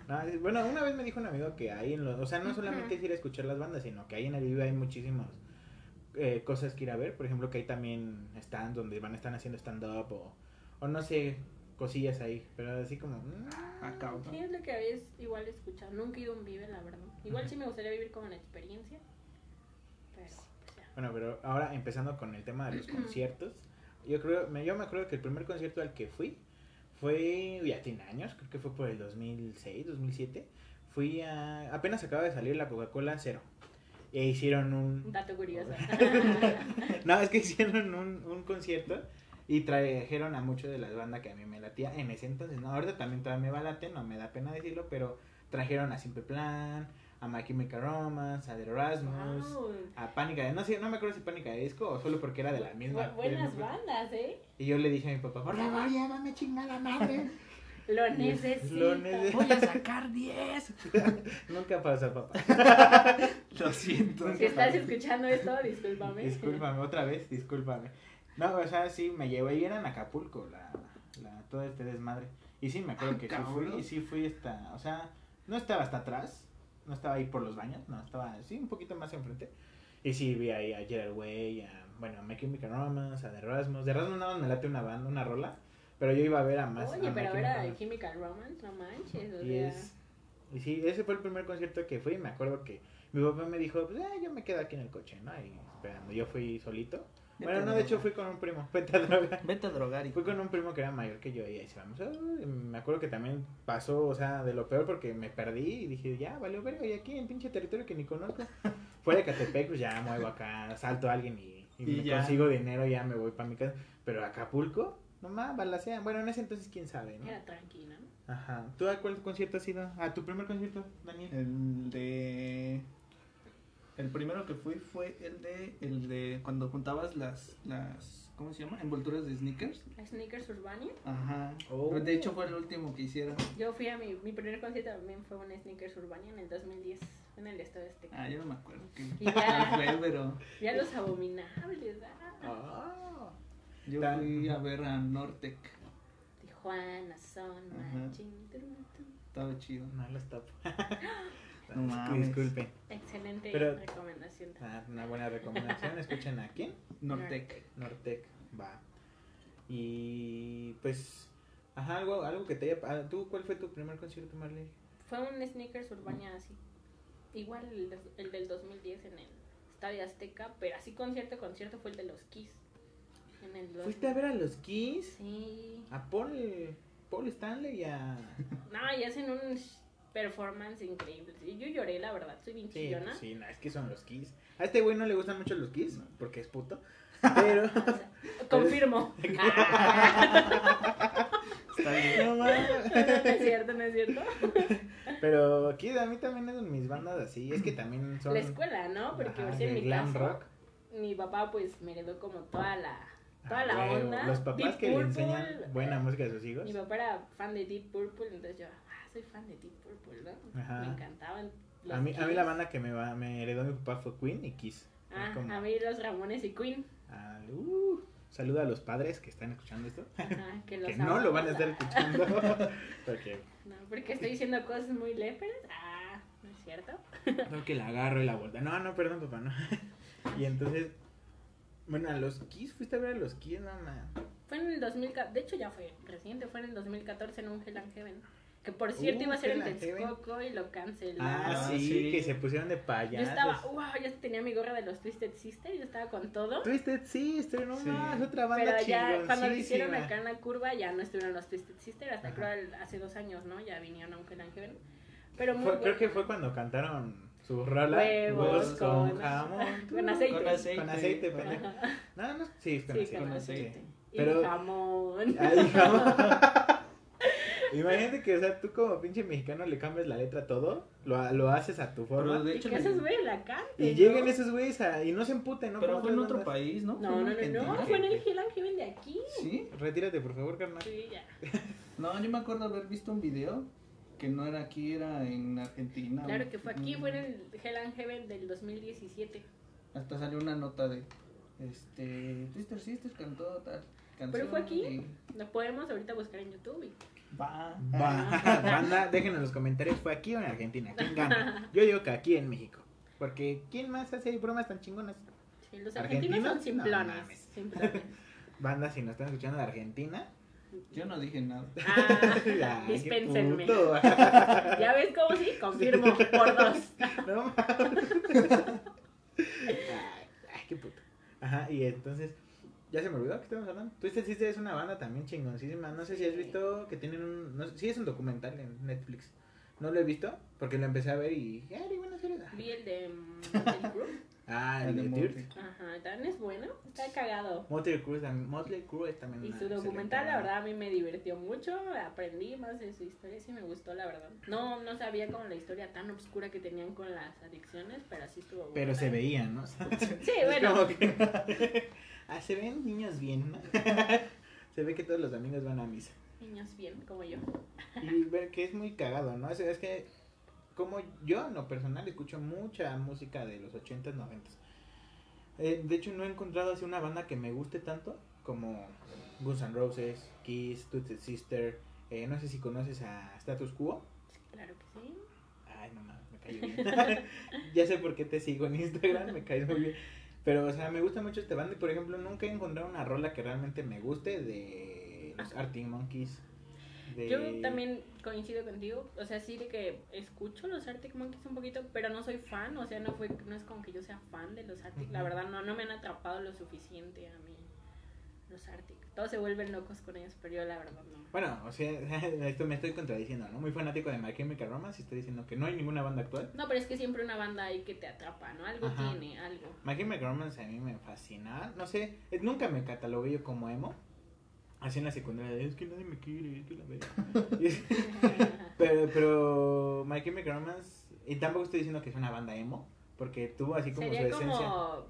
Speaker 1: No, es- bueno, una vez me dijo un amigo que ahí en los. O sea, no solamente es ir a escuchar las bandas, sino que ahí en el vivo hay muchísimas eh, cosas que ir a ver. Por ejemplo, que ahí también stands donde van están haciendo stand-up o, o no sé, cosillas ahí. Pero así como. mm,
Speaker 2: Ah, cabrón.
Speaker 3: Sí, es lo que habéis igual escuchado. Nunca he ido a un vive, la verdad. Igual
Speaker 1: Ujú.
Speaker 3: sí me gustaría vivir como la experiencia. Pero, pues ya.
Speaker 1: Bueno, pero ahora empezando con el tema de los conciertos. Yo creo, me, yo me acuerdo que el primer concierto al que fui fue, uy, ya tiene años, creo que fue por el 2006, 2007. Fui a, apenas acaba de salir la Coca-Cola cero. E hicieron
Speaker 3: Un
Speaker 1: un...
Speaker 3: dato curioso.
Speaker 1: no, es que hicieron un, un concierto y trajeron a muchos de las bandas que a mí me latía en ese entonces. No, ahorita también todavía me va late, no me da pena decirlo, pero trajeron a Simple Plan, a My Chemical Romance, a The Erasmus,
Speaker 3: Wow.
Speaker 1: a Pánica de... No sé, no me acuerdo si Pánica de Disco o solo porque era de la misma.
Speaker 3: Bu- buenas
Speaker 1: del mismo-
Speaker 3: bandas, ¿eh?
Speaker 1: Y yo le dije a mi papá, por favor, llévame a chingar la madre.
Speaker 3: Lo necesito.
Speaker 1: Lo necesito.
Speaker 2: Voy a sacar 10.
Speaker 1: Nunca pasa, papá.
Speaker 2: Lo siento.
Speaker 3: Si estás escuchando esto, discúlpame.
Speaker 1: Discúlpame, otra vez, discúlpame. No, o sea, sí, me llevó y era en Acapulco, la, la, todo este desmadre. Y sí, me acuerdo
Speaker 2: Ah,
Speaker 1: que sí
Speaker 2: cabrón.
Speaker 1: fui, y sí fui hasta, o sea, no estaba hasta atrás, no estaba ahí por los baños, no, estaba así un poquito más enfrente. Y sí, vi ahí a Gerard Way, a, bueno, a My Chemical Romance, a The Rasmus. De Rasmus nada más me late una banda, una rola, pero yo iba a ver a más.
Speaker 3: Oye,
Speaker 1: a My
Speaker 3: pero
Speaker 1: Chemical
Speaker 3: era
Speaker 1: Romance.
Speaker 3: Chemical Romance, no manches. O
Speaker 1: Y
Speaker 3: sea,
Speaker 1: es- y sí, ese fue el primer concierto que fui. Me acuerdo que mi papá me dijo, pues eh, yo me quedo aquí en el coche, ¿no? Y esperando. Yo fui solito. Bueno, no, de hecho fui con un primo. Vete a drogar.
Speaker 2: Vete a drogar y.
Speaker 1: Fui con un primo que era mayor que yo y ahí se vamos. "Ay", Me acuerdo que también pasó, o sea, de lo peor porque me perdí y dije, ya, valió verga, y aquí en pinche territorio que ni conozco. Fue de Catepec, pues ya muevo acá, salto a alguien y, y
Speaker 2: Y
Speaker 1: me
Speaker 2: ya.
Speaker 1: consigo dinero, ya me voy para mi casa. Pero Acapulco, nomás, balacean. Bueno, en ese entonces, quién sabe, ¿no?
Speaker 3: era tranquila. ¿no?
Speaker 1: Ajá. ¿Tú a cuál concierto has ido? ¿A tu primer concierto,
Speaker 2: Eh.
Speaker 1: Daniel?
Speaker 2: El de. El primero que fui fue el de. El de cuando juntabas las. las ¿Cómo se llama? Envolturas de sneakers.
Speaker 3: A Sneakers Urbania.
Speaker 2: Ajá.
Speaker 1: Oh.
Speaker 2: De hecho fue el último que hicieron.
Speaker 3: Yo fui a mi, mi primer concierto también fue un Sneakers Urbania en el 2010, en el Estado Este.
Speaker 2: Ah, yo no me acuerdo qué
Speaker 3: Y
Speaker 2: cuál
Speaker 3: ya,
Speaker 2: fue, pero.
Speaker 3: ya los abominables, ah.
Speaker 1: Ah.
Speaker 2: Yo
Speaker 1: Tan-
Speaker 2: fui a ver a Nortec.
Speaker 3: Tijuana, son
Speaker 2: Ajá.
Speaker 3: machín, tru, tru.
Speaker 2: Estaba chido.
Speaker 1: No Ah, los tapo.
Speaker 2: No mames.
Speaker 1: Disculpen.
Speaker 3: Excelente
Speaker 1: Pero-
Speaker 3: recomendación.
Speaker 1: Ah, una buena recomendación. Escuchen a quién.
Speaker 2: Nortec.
Speaker 1: Nortec. Va. Y pues. Ajá, algo, algo que te haya. ah, ¿Tú cuál fue tu primer concierto, Marley?
Speaker 3: Fue un Sneakers Urbania así. Igual el, dos- el del 2010 en el Estadio Azteca, pero así concierto, concierto fue el de los Kiss. En el dos-
Speaker 1: ¿Fuiste a ver a los Kiss?
Speaker 3: Sí.
Speaker 1: A Paul. Paul Stanley y a.
Speaker 3: No, y hacen un sh- performance increíble. Sí, Yo lloré, la verdad, soy bien
Speaker 1: Sí,
Speaker 3: chillona.
Speaker 1: sí, no, es que son los Kiss. A este güey no le gustan mucho los Kiss, porque es puto. Pero.
Speaker 3: Confirmo. Ah,
Speaker 2: Está bien.
Speaker 1: No mames.
Speaker 3: no, no es cierto, no es cierto.
Speaker 1: Pero Kiss a mí también es de mis bandas así. Es que también son.
Speaker 3: La escuela, ¿no? Porque
Speaker 1: Ajá,
Speaker 3: por si en
Speaker 1: del
Speaker 3: mi
Speaker 1: glam
Speaker 3: caso,
Speaker 1: rock.
Speaker 3: mi papá pues me heredó como toda la, toda
Speaker 1: Ah,
Speaker 3: la
Speaker 1: huevo.
Speaker 3: onda.
Speaker 1: Los papás
Speaker 3: Deep
Speaker 1: que le
Speaker 3: Purple,
Speaker 1: enseñan buena
Speaker 3: eh,
Speaker 1: música a sus hijos.
Speaker 3: Mi papá era fan de Deep Purple, entonces yo, ah, soy fan de Deep Purple, ¿no?
Speaker 1: Ajá.
Speaker 3: Me encantaban. los
Speaker 1: A mí, a mí
Speaker 3: Kiss.
Speaker 1: la banda que me, va, me heredó mi papá fue Queen y Kiss. Es
Speaker 3: Ah,
Speaker 1: como-
Speaker 3: a mí los Ramones y Queen.
Speaker 1: Ah, uh, saluda a los padres que están escuchando esto.
Speaker 3: Ajá, que los
Speaker 1: Que no lo van a
Speaker 3: amamos.
Speaker 1: estar escuchando. Porque
Speaker 3: No, porque estoy diciendo cosas muy léperas. Ah, no es cierto.
Speaker 1: creo que la agarro y la vuelta. No, no, perdón, papá, no. Y entonces, bueno, a los Kiss, fuiste a ver a los Kiss, no, man.
Speaker 3: Fue en el 2014, de hecho ya fue reciente, fue en el 2014 en un Hell and Heaven. Que por cierto
Speaker 1: Uh,
Speaker 3: iba a ser
Speaker 1: Hell
Speaker 3: en
Speaker 1: and Heaven.
Speaker 3: Texcoco y lo cancelaron.
Speaker 1: Ah,
Speaker 2: Ah,
Speaker 1: sí,
Speaker 2: sí.
Speaker 1: que se pusieron de
Speaker 3: yo
Speaker 1: payasos.
Speaker 3: estaba, wow, yo tenía mi gorra de los Twisted Sisters, yo estaba con todo.
Speaker 1: Twisted Sister, no,
Speaker 2: Sí.
Speaker 1: no, es otra banda
Speaker 3: Pero ya cuando lo hicieron
Speaker 1: chingoncísima.
Speaker 3: acá en la curva ya no estuvieron los Twisted Sisters, hasta
Speaker 1: Ajá.
Speaker 3: creo al- hace dos años, ¿no? Ya vinieron a un Hell and Heaven. Pero muy
Speaker 1: Fue-
Speaker 3: bueno.
Speaker 1: creo que fue cuando cantaron su rola
Speaker 3: Huevos
Speaker 1: Huevos con,
Speaker 3: con-
Speaker 1: jamón.
Speaker 3: con aceite.
Speaker 2: Con aceite.
Speaker 1: Con aceite,
Speaker 2: Ajá.
Speaker 1: pendejo. No, no, sí, es con
Speaker 3: Sí,
Speaker 1: aceite.
Speaker 3: con
Speaker 2: Con
Speaker 3: aceite.
Speaker 1: aceite.
Speaker 3: Y
Speaker 1: Pero-
Speaker 3: jamón.
Speaker 1: Ay, jamón. Imagínate que, o sea, tú como pinche mexicano le cambias la letra a todo, lo, lo haces a tu
Speaker 2: Pero
Speaker 1: forma.
Speaker 2: de
Speaker 3: Y
Speaker 2: hecho.
Speaker 3: que
Speaker 2: me-
Speaker 3: esos güeyes la canten.
Speaker 1: Y
Speaker 3: ¿no?
Speaker 1: lleguen esos güeyes a- y no se emputen, ¿no?
Speaker 2: Pero
Speaker 1: Como
Speaker 2: fue en
Speaker 1: otras
Speaker 2: otro
Speaker 1: bandas.
Speaker 2: país, ¿no?
Speaker 3: No, no,
Speaker 2: en
Speaker 3: no, no,
Speaker 2: Argentina.
Speaker 3: fue en el Hill and Heaven de aquí.
Speaker 2: ¿Sí?
Speaker 1: Retírate, por favor, carnal.
Speaker 3: Sí, ya.
Speaker 2: No, yo me acuerdo haber visto un video que no era aquí, era en Argentina.
Speaker 3: Claro que fue aquí,
Speaker 2: Mm.
Speaker 3: fue en el Hell and Heaven del 2017.
Speaker 2: Hasta salió una nota de. Este. Twister Sisters cantó tal canción.
Speaker 3: ¿Pero fue aquí?
Speaker 2: y-
Speaker 3: Lo podemos ahorita buscar en YouTube. y-
Speaker 2: Va.
Speaker 1: Va, banda, dejen en los comentarios, ¿fue aquí o en Argentina? ¿Quién gana? Yo digo que aquí en México. Porque, ¿quién más hace bromas tan chingonas?
Speaker 3: Sí, los argentinos
Speaker 1: ¿Argentinos?
Speaker 3: son
Speaker 1: No
Speaker 3: simplones.
Speaker 1: mames.
Speaker 3: simplones.
Speaker 1: Banda, si nos están escuchando de Argentina,
Speaker 2: Yo no dije nada.
Speaker 3: Ah,
Speaker 1: Ay, qué
Speaker 3: dispénsenme.
Speaker 1: puto.
Speaker 3: Ya ves cómo sí, confirmo, por dos.
Speaker 1: No mames. Ay, ay, qué puto. Ajá, y entonces, ya se me olvidó que estamos hablando. Twisted Sister es una banda también chingoncísima. No sé si has
Speaker 3: Sí.
Speaker 1: visto que tienen un. No, sé- sí, es un documental en Netflix. No lo he visto porque lo empecé a ver y dije, ay, buenas series.
Speaker 3: Vi el de mm, Motley Crue.
Speaker 1: Ah, el
Speaker 2: El
Speaker 1: de
Speaker 2: de
Speaker 1: Dirt.
Speaker 2: Motley.
Speaker 3: Ajá, también es bueno, está cagado.
Speaker 1: Motley Crue también. Motley Crue es también
Speaker 3: Y
Speaker 1: una
Speaker 3: su
Speaker 1: Ah, excelente
Speaker 3: documental, la
Speaker 1: banda.
Speaker 3: verdad, a mí me divirtió mucho, aprendí más de su historia, sí me gustó, la verdad. No, no sabía como la historia tan oscura que tenían con las adicciones, pero sí estuvo bueno.
Speaker 1: Pero se veían, ¿no?
Speaker 3: Sí,
Speaker 1: Es
Speaker 3: bueno,
Speaker 1: como que- ah, se ven niños bien, ¿no? se ve que todos los amigos van a misa.
Speaker 3: niños bien, como yo.
Speaker 1: Y ver que es muy cagado, ¿no? Es, es que, como yo en lo personal escucho mucha música de los 80s, 90s. Eh, de hecho, no he encontrado así una banda que me guste tanto como Guns N' Roses, Kiss, Twisted Sister. eh, no sé si conoces a Status Quo.
Speaker 3: Claro que sí.
Speaker 1: Ay, no mames, me cayó bien. ya sé por qué te sigo en Instagram, me caes muy bien. Pero, o sea, me gusta mucho este banda y, por ejemplo, nunca he encontrado una rola que realmente me guste de los Arctic Monkeys. de-
Speaker 3: Ah. Yo también coincido contigo, o sea, sí de que escucho los Arctic Monkeys un poquito, pero no soy fan, o sea, no fue no es como que yo sea fan de los Arctic, la
Speaker 1: Ujú.
Speaker 3: verdad no no me han atrapado lo suficiente a mí los Arctic. Todos se vuelven locos con ellos, pero yo la verdad no.
Speaker 1: Bueno, o sea, esto me estoy contradiciendo, ¿no? Muy fanático de My Chemical Romance y estoy diciendo que no hay ninguna banda actual.
Speaker 3: No, pero es que siempre una banda ahí que te atrapa, ¿no? Algo
Speaker 1: Ajá.
Speaker 3: tiene, algo.
Speaker 1: My Chemical Romance a mí me fascinaba. No sé, eh, nunca me catalogué yo como emo. Así en la secundaria, es que nadie me quiere, es que la verga. Pero, pero My Chemical Romance, y tampoco estoy diciendo que es una banda emo, porque tuvo así como
Speaker 3: Sería
Speaker 1: su esencia.
Speaker 3: como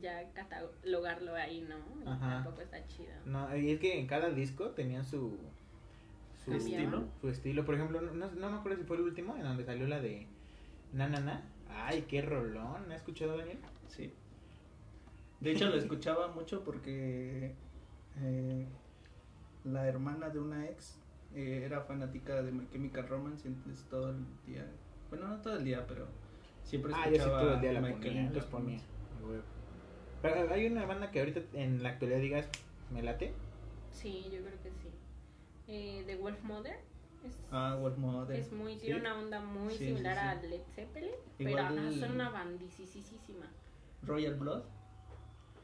Speaker 3: ya catalogarlo ahí, ¿no? Y
Speaker 1: Ajá.
Speaker 3: Tampoco está chido.
Speaker 1: No, y es que en cada disco tenían su, su
Speaker 3: Estilo.
Speaker 1: Su estilo, por ejemplo, no, no- no me acuerdo si fue el último en donde salió la de Na Na Na. Ay, qué rolón, ¿ha escuchado Daniel?
Speaker 2: Sí. De hecho, lo escuchaba mucho porque eh, la hermana de una ex eh, era fanática de My Chemical Romance, y entonces todo el día, bueno, no todo el día, pero siempre
Speaker 1: Ah,
Speaker 2: escuchaba
Speaker 1: yo sí todo el día la
Speaker 2: My
Speaker 1: ponía,
Speaker 2: Chemical
Speaker 1: los ponía.
Speaker 2: Romance.
Speaker 1: a huevo. Pero hay una banda que ahorita en la actualidad digas, me late.
Speaker 3: Sí, yo creo que sí. Eh, The Wolf Mother es,
Speaker 2: Ah, Wolf Mother.
Speaker 3: es muy, tiene
Speaker 2: Sí.
Speaker 3: una onda muy
Speaker 2: Sí, sí,
Speaker 3: similar
Speaker 2: sí.
Speaker 3: a Led Zeppelin, pero
Speaker 2: Igual
Speaker 3: ajá,
Speaker 2: el-
Speaker 3: son una bandisísima.
Speaker 2: Royal Blood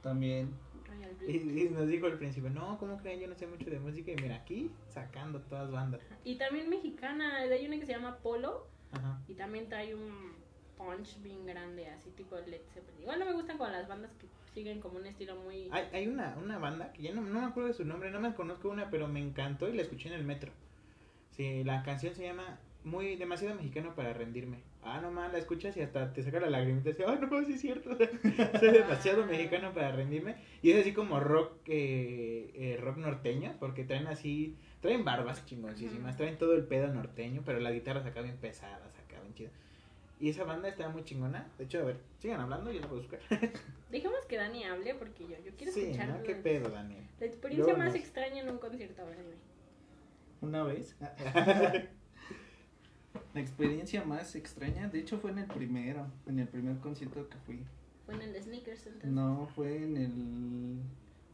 Speaker 2: también.
Speaker 3: Royal Blood.
Speaker 1: Y, y nos dijo al principio, no, ¿cómo creen? Yo no sé mucho de música. Y mira, aquí sacando todas bandas.
Speaker 3: Y también mexicana, hay una que se llama Polo
Speaker 1: Ajá.
Speaker 3: y también trae un punch bien grande, así tipo Led Zeppelin. Igual no me gustan con las bandas que siguen como un estilo muy...
Speaker 1: Hay, hay una, una banda que ya no, no me acuerdo de su nombre, no me conozco una, pero me encantó y la escuché en el metro. Sí, la canción se llama Muy demasiado mexicano para rendirme. Ah, no man, la escuchas y hasta te saca la lagrimita y dices, ah, no, sí es cierto. Soy
Speaker 3: Ah.
Speaker 1: demasiado mexicano para rendirme. Y es así como rock, eh, eh, rock norteño, porque traen así, traen barbas chingoncísimas,
Speaker 3: Ujú.
Speaker 1: traen todo el pedo norteño, pero las guitarras acá bien pesadas, acá bien chidas. Y esa banda está muy chingona. De hecho, a ver, sigan hablando y yo la voy a buscar.
Speaker 3: Dejemos que Dani hable porque yo, yo quiero
Speaker 1: Sí,
Speaker 3: escuchar
Speaker 1: ¿no? ¿Qué
Speaker 3: la-
Speaker 1: pedo, Daniel?
Speaker 3: la experiencia
Speaker 1: Luego
Speaker 3: más
Speaker 1: nos-
Speaker 3: extraña en un concierto, a ver, dime.
Speaker 2: Una vez. La experiencia más extraña, de hecho fue en el primero, en el primer concierto que fui.
Speaker 3: Fue en el Sneakers entonces.
Speaker 2: No, fue en el...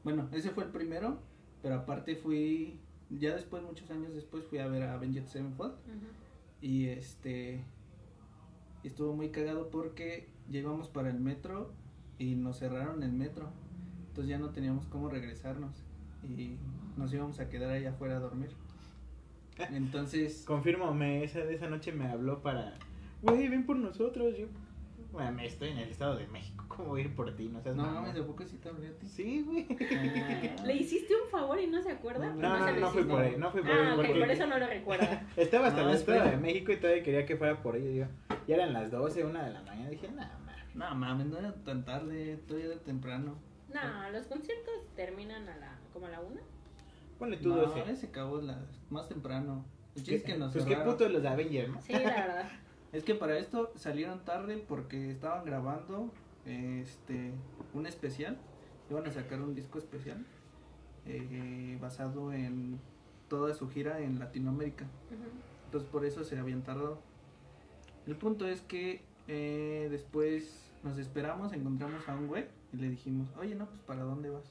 Speaker 2: Bueno, ese fue el primero, pero aparte fui... Ya después, muchos años después, fui a ver a Avenged Sevenfold
Speaker 3: Ujú.
Speaker 2: y este... y Estuvo muy cagado porque llegamos para el metro y nos cerraron el metro. Entonces ya no teníamos cómo regresarnos y nos íbamos a quedar allá afuera a dormir. Entonces...
Speaker 1: Confirmo, me, esa, esa noche me habló para, güey, ven por nosotros. Yo, bueno, me estoy en el Estado de México, ¿cómo voy a ir por ti? No seas
Speaker 2: No
Speaker 1: mamón".
Speaker 2: mames, ¿de poco sí te hablé a ti?
Speaker 1: Sí, güey.
Speaker 2: Ah.
Speaker 3: Le hiciste un favor y no se acuerda.
Speaker 2: No,
Speaker 1: No,
Speaker 3: se
Speaker 1: no,
Speaker 3: lo
Speaker 1: no fui
Speaker 3: hiciste.
Speaker 1: por ahí, no fui por
Speaker 3: Ah,
Speaker 1: ahí.
Speaker 3: ok,
Speaker 1: porque
Speaker 3: por eso no lo recuerda.
Speaker 1: Estaba hasta
Speaker 2: No,
Speaker 1: el
Speaker 2: espera.
Speaker 1: Estado de México y todavía quería que fuera por ahí. Yo, ya eran las 12, 1 de la mañana. Dije, nada, mames.
Speaker 2: No mames, no era tan tarde, todavía era temprano.
Speaker 3: No, los conciertos terminan a la, como a la una.
Speaker 1: Ponle tú
Speaker 2: No,
Speaker 1: 12.
Speaker 2: se acabó la, más temprano. El chiste es que nos
Speaker 1: pues qué
Speaker 2: cerraron.
Speaker 1: puto los de Avengers, ¿no?
Speaker 3: Sí, la verdad.
Speaker 2: Es que para esto salieron tarde porque estaban grabando este un especial. Iban a sacar un disco especial eh, basado en toda su gira en Latinoamérica.
Speaker 3: Ujú.
Speaker 2: Entonces por eso se habían tardado. El punto es que eh, después nos esperamos, encontramos a un güey y le dijimos, oye, no, pues para dónde vas.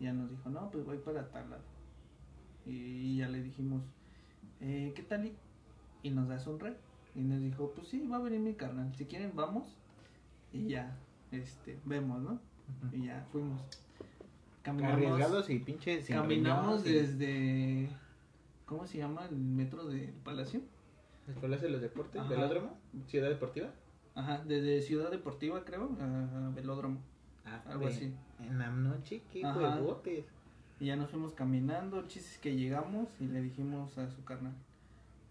Speaker 2: Y ya nos dijo, no, pues voy para tal lado. Y ya le dijimos, "Eh, ¿qué tal? Y, y nos das un rey. Y nos dijo, pues sí, va a venir mi carnal. Si quieren, vamos. Y ya, este, vemos, ¿no?
Speaker 1: Ujú.
Speaker 2: Y ya fuimos.
Speaker 1: Arriesgados y pinches. sin
Speaker 2: Caminamos
Speaker 1: riñón, y-
Speaker 2: desde. ¿Cómo se llama el metro del Palacio?
Speaker 1: ¿El Palacio de los Deportes?
Speaker 2: Ajá.
Speaker 1: ¿Velódromo? ¿Ciudad Deportiva?
Speaker 2: Ajá, desde Ciudad Deportiva, creo, a, a Velódromo.
Speaker 1: Ah,
Speaker 2: Algo
Speaker 1: ve,
Speaker 2: así.
Speaker 1: En la noche, qué
Speaker 2: Ajá.
Speaker 1: huevotes.
Speaker 2: Y ya nos fuimos caminando, el chiste es que llegamos y le dijimos a su carnal,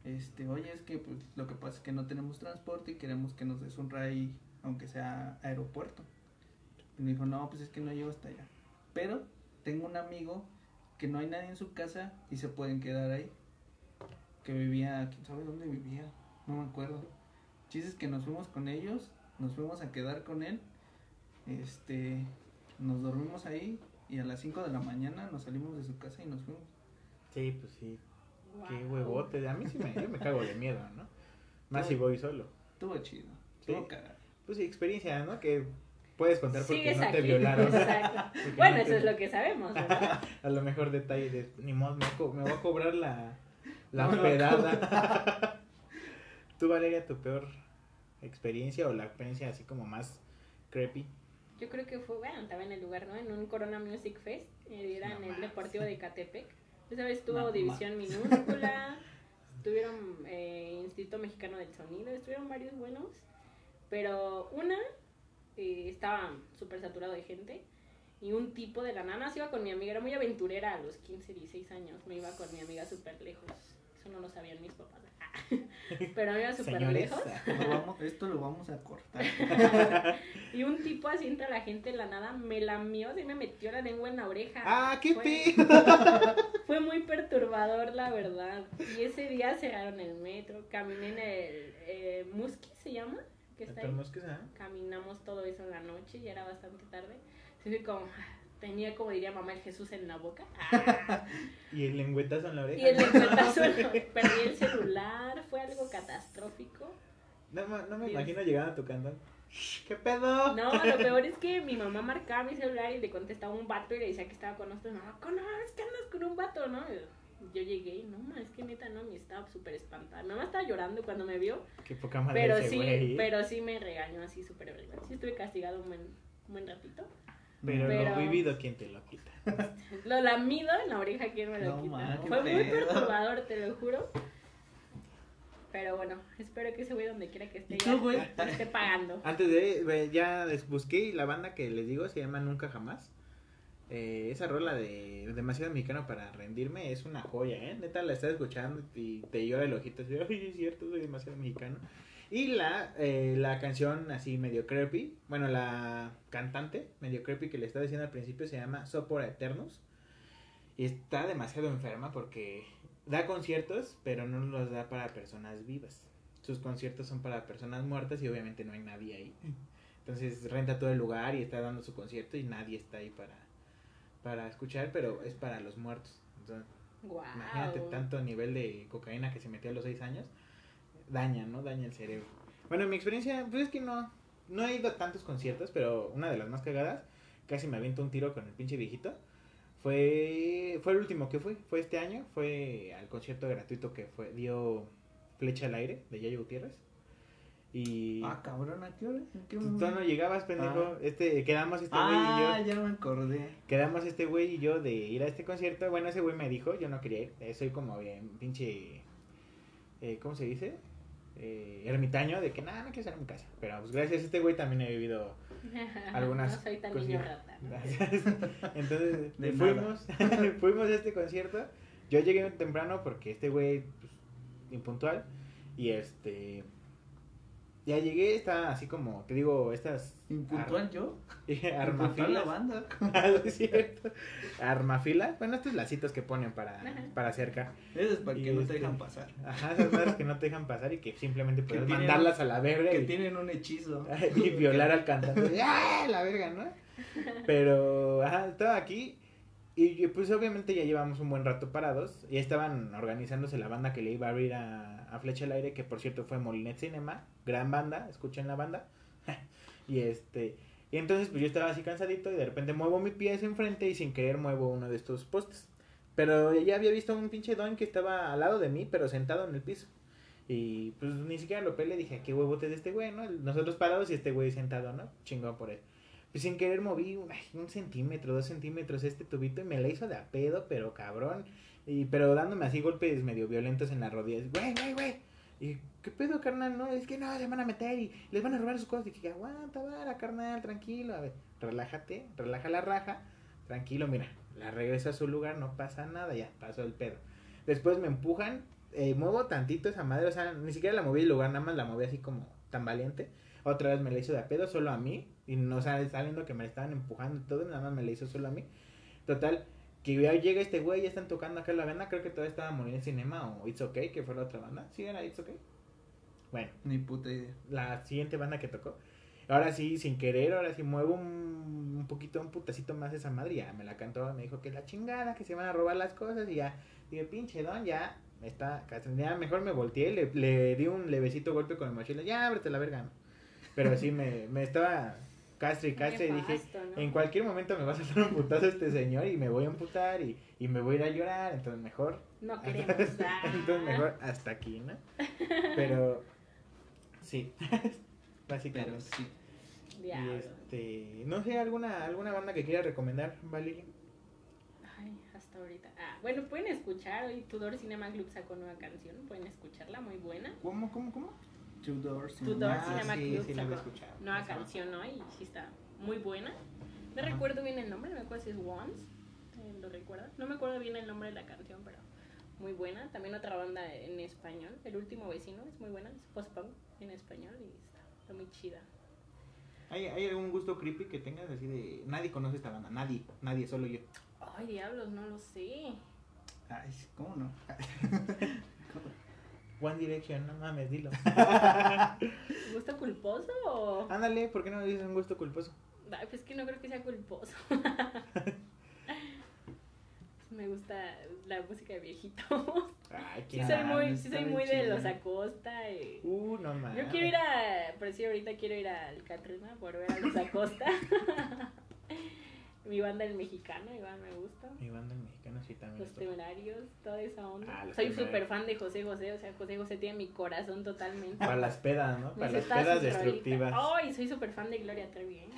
Speaker 2: este, oye, es que pues, lo que pasa es que no tenemos transporte y queremos que nos des un ray, aunque sea aeropuerto. Y me dijo, no, pues es que no llego hasta allá. Pero tengo un amigo que no hay nadie en su casa y se pueden quedar ahí. Que vivía, quién sabe dónde vivía, no me acuerdo. El chiste es que nos fuimos con ellos, nos fuimos a quedar con él. Este, nos dormimos ahí y a las 5 de la mañana nos salimos de su casa y nos fuimos.
Speaker 1: Sí, pues sí. Qué
Speaker 3: Guau.
Speaker 1: huevotes. A mí sí me, yo me cago de miedo, ¿no? Más
Speaker 2: No.
Speaker 1: si voy solo.
Speaker 2: Estuvo chido.
Speaker 1: Sí.
Speaker 2: Estuvo cagado.
Speaker 1: Pues sí, experiencia, ¿no? Que puedes contar porque
Speaker 3: Sigues
Speaker 1: no
Speaker 3: aquí.
Speaker 1: te violaron.
Speaker 3: Exacto.
Speaker 1: Porque
Speaker 3: Bueno,
Speaker 1: no
Speaker 3: eso
Speaker 1: te-
Speaker 3: es lo que sabemos, ¿verdad?
Speaker 1: A lo mejor detalle de, ni modo, me, co- me voy a cobrar la, la
Speaker 2: No, no,
Speaker 1: pedada. ¿Tú, Valeria, tu peor experiencia o la experiencia así como más creepy?
Speaker 3: Yo creo que fue, bueno, estaba en el lugar, ¿no? En un Corona Music Fest, eh, era
Speaker 2: No
Speaker 3: en el
Speaker 2: mames.
Speaker 3: Deportivo de Catepec. Pues, ¿sabes? Estuvo
Speaker 2: No
Speaker 3: División Minúscula, estuvieron eh, Instituto Mexicano del Sonido, estuvieron varios buenos, pero una eh, estaba súper saturado de gente y un tipo de la nana se iba con mi amiga, era muy aventurera a los 15, 16 años, me iba con mi amiga súper lejos. Eso no lo sabían mis papás. Pero me iba súper
Speaker 1: Señores.
Speaker 3: lejos.
Speaker 2: Lo vamos- esto lo vamos a cortar.
Speaker 3: Y un tipo así entra la gente de la nada, me lamió y me metió la lengua en la oreja.
Speaker 1: ¡Ah, qué
Speaker 3: Fue-
Speaker 1: pedo!
Speaker 3: Fue muy perturbador, la verdad. Y ese día cerraron el metro, caminé en el eh, Musqui, se llama, que está ahí.
Speaker 1: Tenemos que saber.
Speaker 3: Caminamos todo eso en la noche, ya era bastante tarde. Así que como, ah, tenía como diría mamá el Jesús en la boca. Ah.
Speaker 1: Y el lengüetazo en la oreja.
Speaker 3: Y el lengüetazo, perdí el celular, fue algo catastrófico.
Speaker 1: No, ma- no me
Speaker 3: Dios.
Speaker 1: imagino llegando a tu cantón. "Shh, ¿Qué pedo?
Speaker 3: No, lo peor es que mi mamá marcaba mi celular y le contestaba un vato y le decía que estaba con nosotros. Mamá, con no, es que andas con un vato, ¿no? Yo llegué y no, ma, es que neta, no, me estaba súper espantada. Mi mamá estaba llorando cuando me vio,
Speaker 1: Qué poca madre
Speaker 3: pero
Speaker 1: ese
Speaker 3: sí,
Speaker 1: güey.
Speaker 3: pero sí me regañó así súper horrible. Sí estuve castigado un buen, un buen ratito.
Speaker 1: Pero
Speaker 3: pero-
Speaker 1: lo vivido, ¿quién te lo quita?
Speaker 3: Lo lamido en la oreja, ¿quién me lo
Speaker 2: No,
Speaker 3: quita?
Speaker 2: ma, qué
Speaker 3: Fue muy
Speaker 2: pedo.
Speaker 3: perturbador, te lo juro. Pero bueno, espero que ese güey donde quiera que esté,
Speaker 2: ¿Y tú, güey?
Speaker 3: ya esté pagando.
Speaker 1: Antes de, ve, ya les busqué y la banda que les digo se llama Nunca Jamás. Eh, esa rola de Demasiado Mexicano para rendirme es una joya, ¿eh? Neta la estás escuchando y te llora el ojito así, ay, es cierto, soy demasiado mexicano. Y la, eh, la canción así medio creepy, bueno, la cantante medio creepy que le estaba diciendo al principio se llama Sopora Eternus. Y está demasiado enferma porque da conciertos, pero no los da para personas vivas. Sus conciertos son para personas muertas y obviamente no hay nadie ahí. Entonces renta todo el lugar y está dando su concierto y nadie está ahí para, para escuchar, pero es para los muertos. Entonces,
Speaker 3: Wow.
Speaker 1: Imagínate tanto nivel de cocaína que se metió a los 6 años. Daña, ¿no? Daña el cerebro. Bueno, mi experiencia, pues es que no. No he ido a tantos conciertos, pero una de las más cagadas, casi me aviento un tiro con el pinche viejito. Fue, fue el último que fui, fue este año, fue al concierto gratuito que fue, dio Flecha al Aire de Yayo Gutiérrez. Y
Speaker 2: Ah, cabrón, ¿a qué hora? ¿En qué
Speaker 1: tú, tú
Speaker 2: momento?
Speaker 1: Pues, no llegabas, pendejo.
Speaker 2: Ah.
Speaker 1: Este, quedamos este güey y yo.
Speaker 2: Ah, ya me acordé.
Speaker 1: Quedamos este güey y yo de ir a este concierto. Bueno, ese güey me dijo, yo no quería ir. eh, soy como bien pinche. eh, ¿Cómo se dice? Eh, ermitaño, de que nada, no quiero estar en mi casa. Pero pues gracias a este güey también he vivido. algunas
Speaker 3: No soy tan
Speaker 1: cosillas.
Speaker 3: niño rata. ¿no?
Speaker 1: Entonces,
Speaker 2: De
Speaker 1: fuimos, fuimos a este concierto. Yo llegué temprano porque este güey, pues, impuntual. Y este. Ya llegué, está así como, te digo, estas.
Speaker 2: ¿Impuntual yo?
Speaker 1: ar-
Speaker 2: ¿Impuntual la
Speaker 1: armafilas.
Speaker 2: banda?
Speaker 1: Ah, sí, es cierto. Armafila. Bueno, estos lacitos que ponen para,
Speaker 3: Ajá.
Speaker 1: para cerca.
Speaker 2: Eso es para
Speaker 1: Y
Speaker 2: que no
Speaker 1: este-
Speaker 2: te dejan pasar.
Speaker 1: Ajá, esas madres que no te dejan pasar y que simplemente
Speaker 2: Que
Speaker 1: puedes
Speaker 2: tienen-
Speaker 1: mandarlas a la verga
Speaker 2: Que
Speaker 1: y,
Speaker 2: tienen un hechizo.
Speaker 1: y violar al cantante. ¡Ah, la verga, no! Pero, ajá, estaba aquí y yo, pues obviamente ya llevamos un buen rato parados. Ya estaban organizándose la banda que le iba a abrir a, a Flecha al Aire, que por cierto fue Molinet Cinema. Gran banda, escuchen la banda. y este... Y entonces pues yo estaba así cansadito y de repente muevo mi pie hacia enfrente y sin querer muevo uno de estos postes. Pero ya había visto un pinche don que estaba al lado de mí, pero sentado en el piso. Y pues ni siquiera lo pelé, dije, qué huevote de este güey, ¿no? Nosotros parados y este güey sentado, ¿no? Chingón por él. Pues sin querer moví un, ay, un centímetro, dos centímetros este tubito y me la hizo de a pedo, pero cabrón. Y, pero dándome así golpes medio violentos en las rodillas. Güey, güey, güey. Y, ¿qué pedo, carnal? No, es que no, se van a meter y les van a robar sus cosas. Y que aguanta, vara, carnal, tranquilo. A ver, relájate, relaja la raja. Tranquilo, mira, la regreso a su lugar, no pasa nada, ya, pasó el pedo. Después me empujan, eh, muevo tantito esa madre, o sea, ni siquiera la moví del lugar, nada más la moví así como tan valiente. Otra vez me la hizo de a pedo solo a mí, y no o sea, sabiendo que me la estaban empujando y todo, nada más me la hizo solo a mí. Total, que ya llega este güey, ya están tocando acá la banda, creo que todavía estaba Molina Cinema o It's Okay, que fue la otra banda. ¿Sí era It's Okay? Bueno,
Speaker 2: Ni puta idea.
Speaker 1: la siguiente banda que tocó. Ahora sí, sin querer, ahora sí muevo un, un poquito, un putacito más esa madre. Ya me la cantó, me dijo que es la chingada, que se van a robar las cosas. Y ya, dije, pinche don, ya está. Ya mejor me volteé, le, le di un levecito golpe con el mochila. Ya, ábrete la verga. Pero sí, me, me estaba castre y castre. Y dije,
Speaker 3: Nefasto, ¿no?
Speaker 1: en cualquier momento me va a saltar un putazo este señor y me voy a emputar y, y me voy a ir a llorar. Entonces, mejor
Speaker 3: No queremos dar.
Speaker 1: entonces mejor hasta aquí, ¿no? Pero sí,
Speaker 2: Pero
Speaker 1: básicamente.
Speaker 2: sí.
Speaker 1: Y
Speaker 3: Diablo.
Speaker 1: este, no sé, alguna alguna banda que quiera recomendar, Valeria.
Speaker 3: Ay, hasta ahorita. Ah, bueno, pueden escuchar. Hoy Tudor Cinema Club sacó nueva canción. Pueden escucharla, muy buena.
Speaker 1: ¿Cómo, cómo, cómo?
Speaker 2: Two Doors.
Speaker 3: Two
Speaker 2: in
Speaker 3: Doors
Speaker 1: Ah,
Speaker 3: Cinema
Speaker 1: sí,
Speaker 3: Club
Speaker 1: sí, la había
Speaker 3: sacó
Speaker 1: escuchado.
Speaker 3: nueva
Speaker 1: Ajá.
Speaker 3: canción hoy. Y sí está muy buena. No
Speaker 1: Ajá.
Speaker 3: recuerdo bien el nombre. No me acuerdo si es Once. eh, ¿Lo recuerdas? No me acuerdo bien el nombre de la canción, pero muy buena. También otra banda en español. El último vecino es muy buena. Es post-punk en español y está, está muy chida.
Speaker 1: ¿Hay, ¿Hay algún gusto creepy que tengas así de... Nadie conoce esta banda, nadie, nadie, solo yo.
Speaker 3: Ay, diablos, no lo sé.
Speaker 2: Ay, ¿cómo no?
Speaker 1: One Direction, no mames, dilo.
Speaker 3: ¿Gusto culposo o.?
Speaker 1: Ándale, ¿por qué no dices un gusto culposo?
Speaker 3: Ay, pues que no creo que sea culposo. Pues Me gusta la música de viejitos.
Speaker 1: Ay,
Speaker 3: Sí,
Speaker 1: qué...
Speaker 3: soy
Speaker 2: Ah,
Speaker 3: muy,
Speaker 2: está
Speaker 3: sí soy
Speaker 2: bien
Speaker 3: muy de
Speaker 2: chido.
Speaker 3: los Acosta. y-
Speaker 1: Uh, no mames.
Speaker 3: Yo quiero ir a, por decir ahorita quiero ir al Catrina por ver a los Acosta. Mi banda el mexicano, igual me gusta.
Speaker 1: Mi banda mexicana sí también.
Speaker 3: Los
Speaker 1: Ah, está-
Speaker 3: temerarios, toda esa onda.
Speaker 1: Ah, Los
Speaker 3: soy
Speaker 1: Temerarios.
Speaker 3: súper fan de José José, o sea, José José tiene mi corazón totalmente.
Speaker 1: Para las pedas, ¿no?
Speaker 3: Me
Speaker 1: Para las
Speaker 3: sé todas
Speaker 1: pedas
Speaker 3: sus
Speaker 1: destructivas.
Speaker 3: rolitas. Ay, soy súper fan de Gloria Trevi. ¿eh?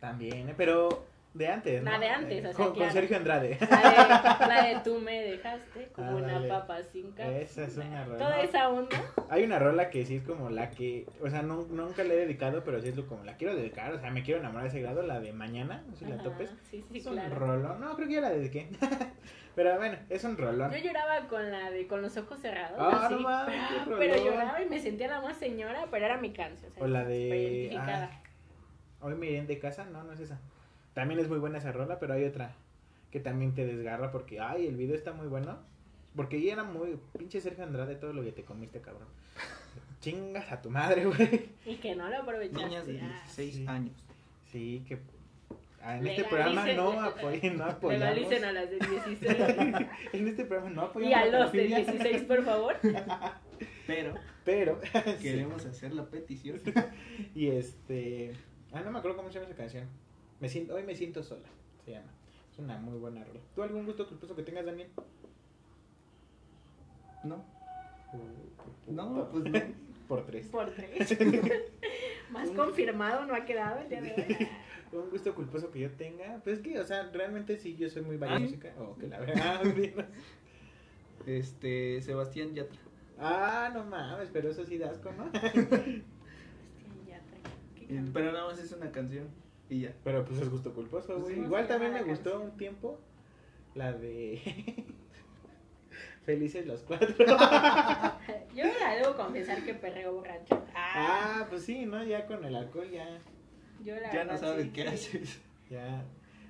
Speaker 1: También, ¿eh? pero de antes, ¿no?
Speaker 3: Ah, de antes, o sea,
Speaker 1: con, con
Speaker 3: claro.
Speaker 1: Sergio Andrade.
Speaker 3: La de, la de tú me dejaste como una
Speaker 1: Ándale.
Speaker 3: papa sin capsule.
Speaker 1: Ah, Esa es una rola.
Speaker 3: Toda esa onda.
Speaker 1: Hay una rola que sí es como la que, o sea, no, nunca le he dedicado, pero sí es lo- como la quiero dedicar, o sea, me quiero enamorar de ese grado, la de mañana, no sé si la
Speaker 3: Ajá,
Speaker 1: topes.
Speaker 3: Sí, sí,
Speaker 1: es un
Speaker 3: claro.
Speaker 1: rolón, no, creo que ya la dediqué. pero bueno, es un rolón.
Speaker 3: Yo lloraba con la de con los ojos cerrados.
Speaker 1: Ah,
Speaker 3: así,
Speaker 1: no mames, qué
Speaker 3: ah,
Speaker 1: rolón.
Speaker 3: pero lloraba y me sentía la más señora, pero era mi canción. sea,
Speaker 1: O la
Speaker 3: súper
Speaker 1: de...
Speaker 3: identificada.
Speaker 1: ah, Hoy me iré de casa, no, no es esa. También es muy buena esa rola, pero hay otra que también te desgarra porque, ay, el video está muy bueno. Porque ahí era muy pinche Sergio Andrade todo lo que te comiste, cabrón. Chingas a tu madre, güey.
Speaker 3: Y que no lo aprovechaste.
Speaker 2: Niñas de
Speaker 3: ah.
Speaker 2: 16
Speaker 1: Sí.
Speaker 2: años.
Speaker 1: Sí, que ah, en este
Speaker 3: Legalicen-
Speaker 1: programa no, apoy, no apoyamos.
Speaker 3: Legalicen a las de 16.
Speaker 1: En este programa no apoyamos.
Speaker 3: y a
Speaker 1: la
Speaker 3: los de
Speaker 1: pedofilia,
Speaker 3: 16, por favor.
Speaker 2: Pero
Speaker 1: Pero,
Speaker 2: queremos hacer la petición.
Speaker 1: y este. Ah, no me acuerdo cómo se llama esa canción. Me siento, hoy me siento sola, se llama. Es una muy buena rola. ¿Tú algún gusto culposo que tengas, Daniel?
Speaker 2: No, no, pues no.
Speaker 1: Por tres.
Speaker 3: Por tres. Más confirmado no ha quedado el día de hoy. Este,
Speaker 1: Un gusto culposo que yo tenga. Pues es que, o sea, realmente sí, yo soy muy
Speaker 2: Ah.
Speaker 1: valle música. O que la verdad. bien.
Speaker 2: Este, Sebastián Yatra.
Speaker 1: Ah, no mames, pero eso sí da asco, ¿no?
Speaker 3: Hostia, ya trae- ¿qué
Speaker 2: Eh,
Speaker 3: canción?
Speaker 2: Pero nada más es una canción y ya.
Speaker 1: Pero pues es gusto culposo, güey.
Speaker 2: Sí.
Speaker 1: Igual
Speaker 3: ¿Cómo se
Speaker 1: también
Speaker 3: llama
Speaker 1: me
Speaker 3: la
Speaker 1: gustó
Speaker 3: canción?
Speaker 1: un tiempo la de Felices los cuatro.
Speaker 3: Yo la debo confesar que perreo borracho. Ah,
Speaker 1: ah, pues sí, ¿no? Ya con el alcohol ya,
Speaker 3: yo la
Speaker 2: Ya no
Speaker 3: verdad
Speaker 2: sabes
Speaker 3: sí,
Speaker 2: qué
Speaker 3: sí.
Speaker 2: haces.
Speaker 1: ya.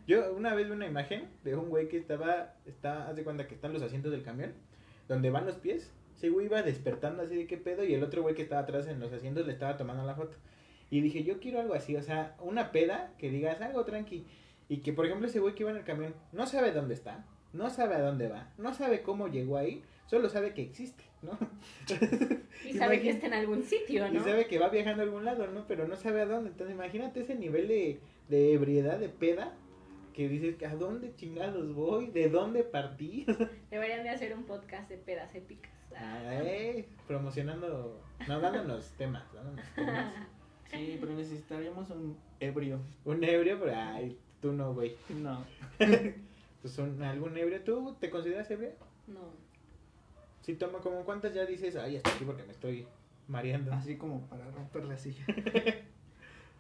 Speaker 1: Yo una vez vi una imagen de un güey que estaba, está, haz de cuenta que están los asientos del camión, donde van los pies. Ese güey iba despertando así de qué pedo y el otro güey que estaba atrás en los asientos le estaba tomando la foto. Y dije, yo quiero algo así, o sea, una peda que digas algo tranqui. Y que, por ejemplo, ese güey que iba en el camión no sabe dónde está, no sabe a dónde va, no sabe cómo llegó ahí, solo sabe que existe, ¿no?
Speaker 3: Y sabe
Speaker 1: Imagínate.
Speaker 3: que está en algún sitio,
Speaker 1: Y
Speaker 3: ¿no?
Speaker 1: sabe que va viajando a algún lado, ¿no? Pero no sabe a dónde. Entonces, imagínate ese nivel de, de ebriedad, de peda, que dices, ¿a dónde chingados voy? ¿De dónde partí?
Speaker 3: Deberían de hacer un podcast de pedas épicas.
Speaker 1: Ah. Ay, eh, promocionando, no, dándonos temas, dándonos temas.
Speaker 2: Sí, pero necesitaríamos un ebrio.
Speaker 1: Un ebrio, pero, ay, tú no, güey.
Speaker 2: No.
Speaker 1: Pues un, algún ebrio, ¿tú te consideras ebrio?
Speaker 3: No.
Speaker 1: Si toma como cuántas ya dices, ay, hasta aquí porque me estoy mareando.
Speaker 3: Ah,
Speaker 2: Así como para romper la silla.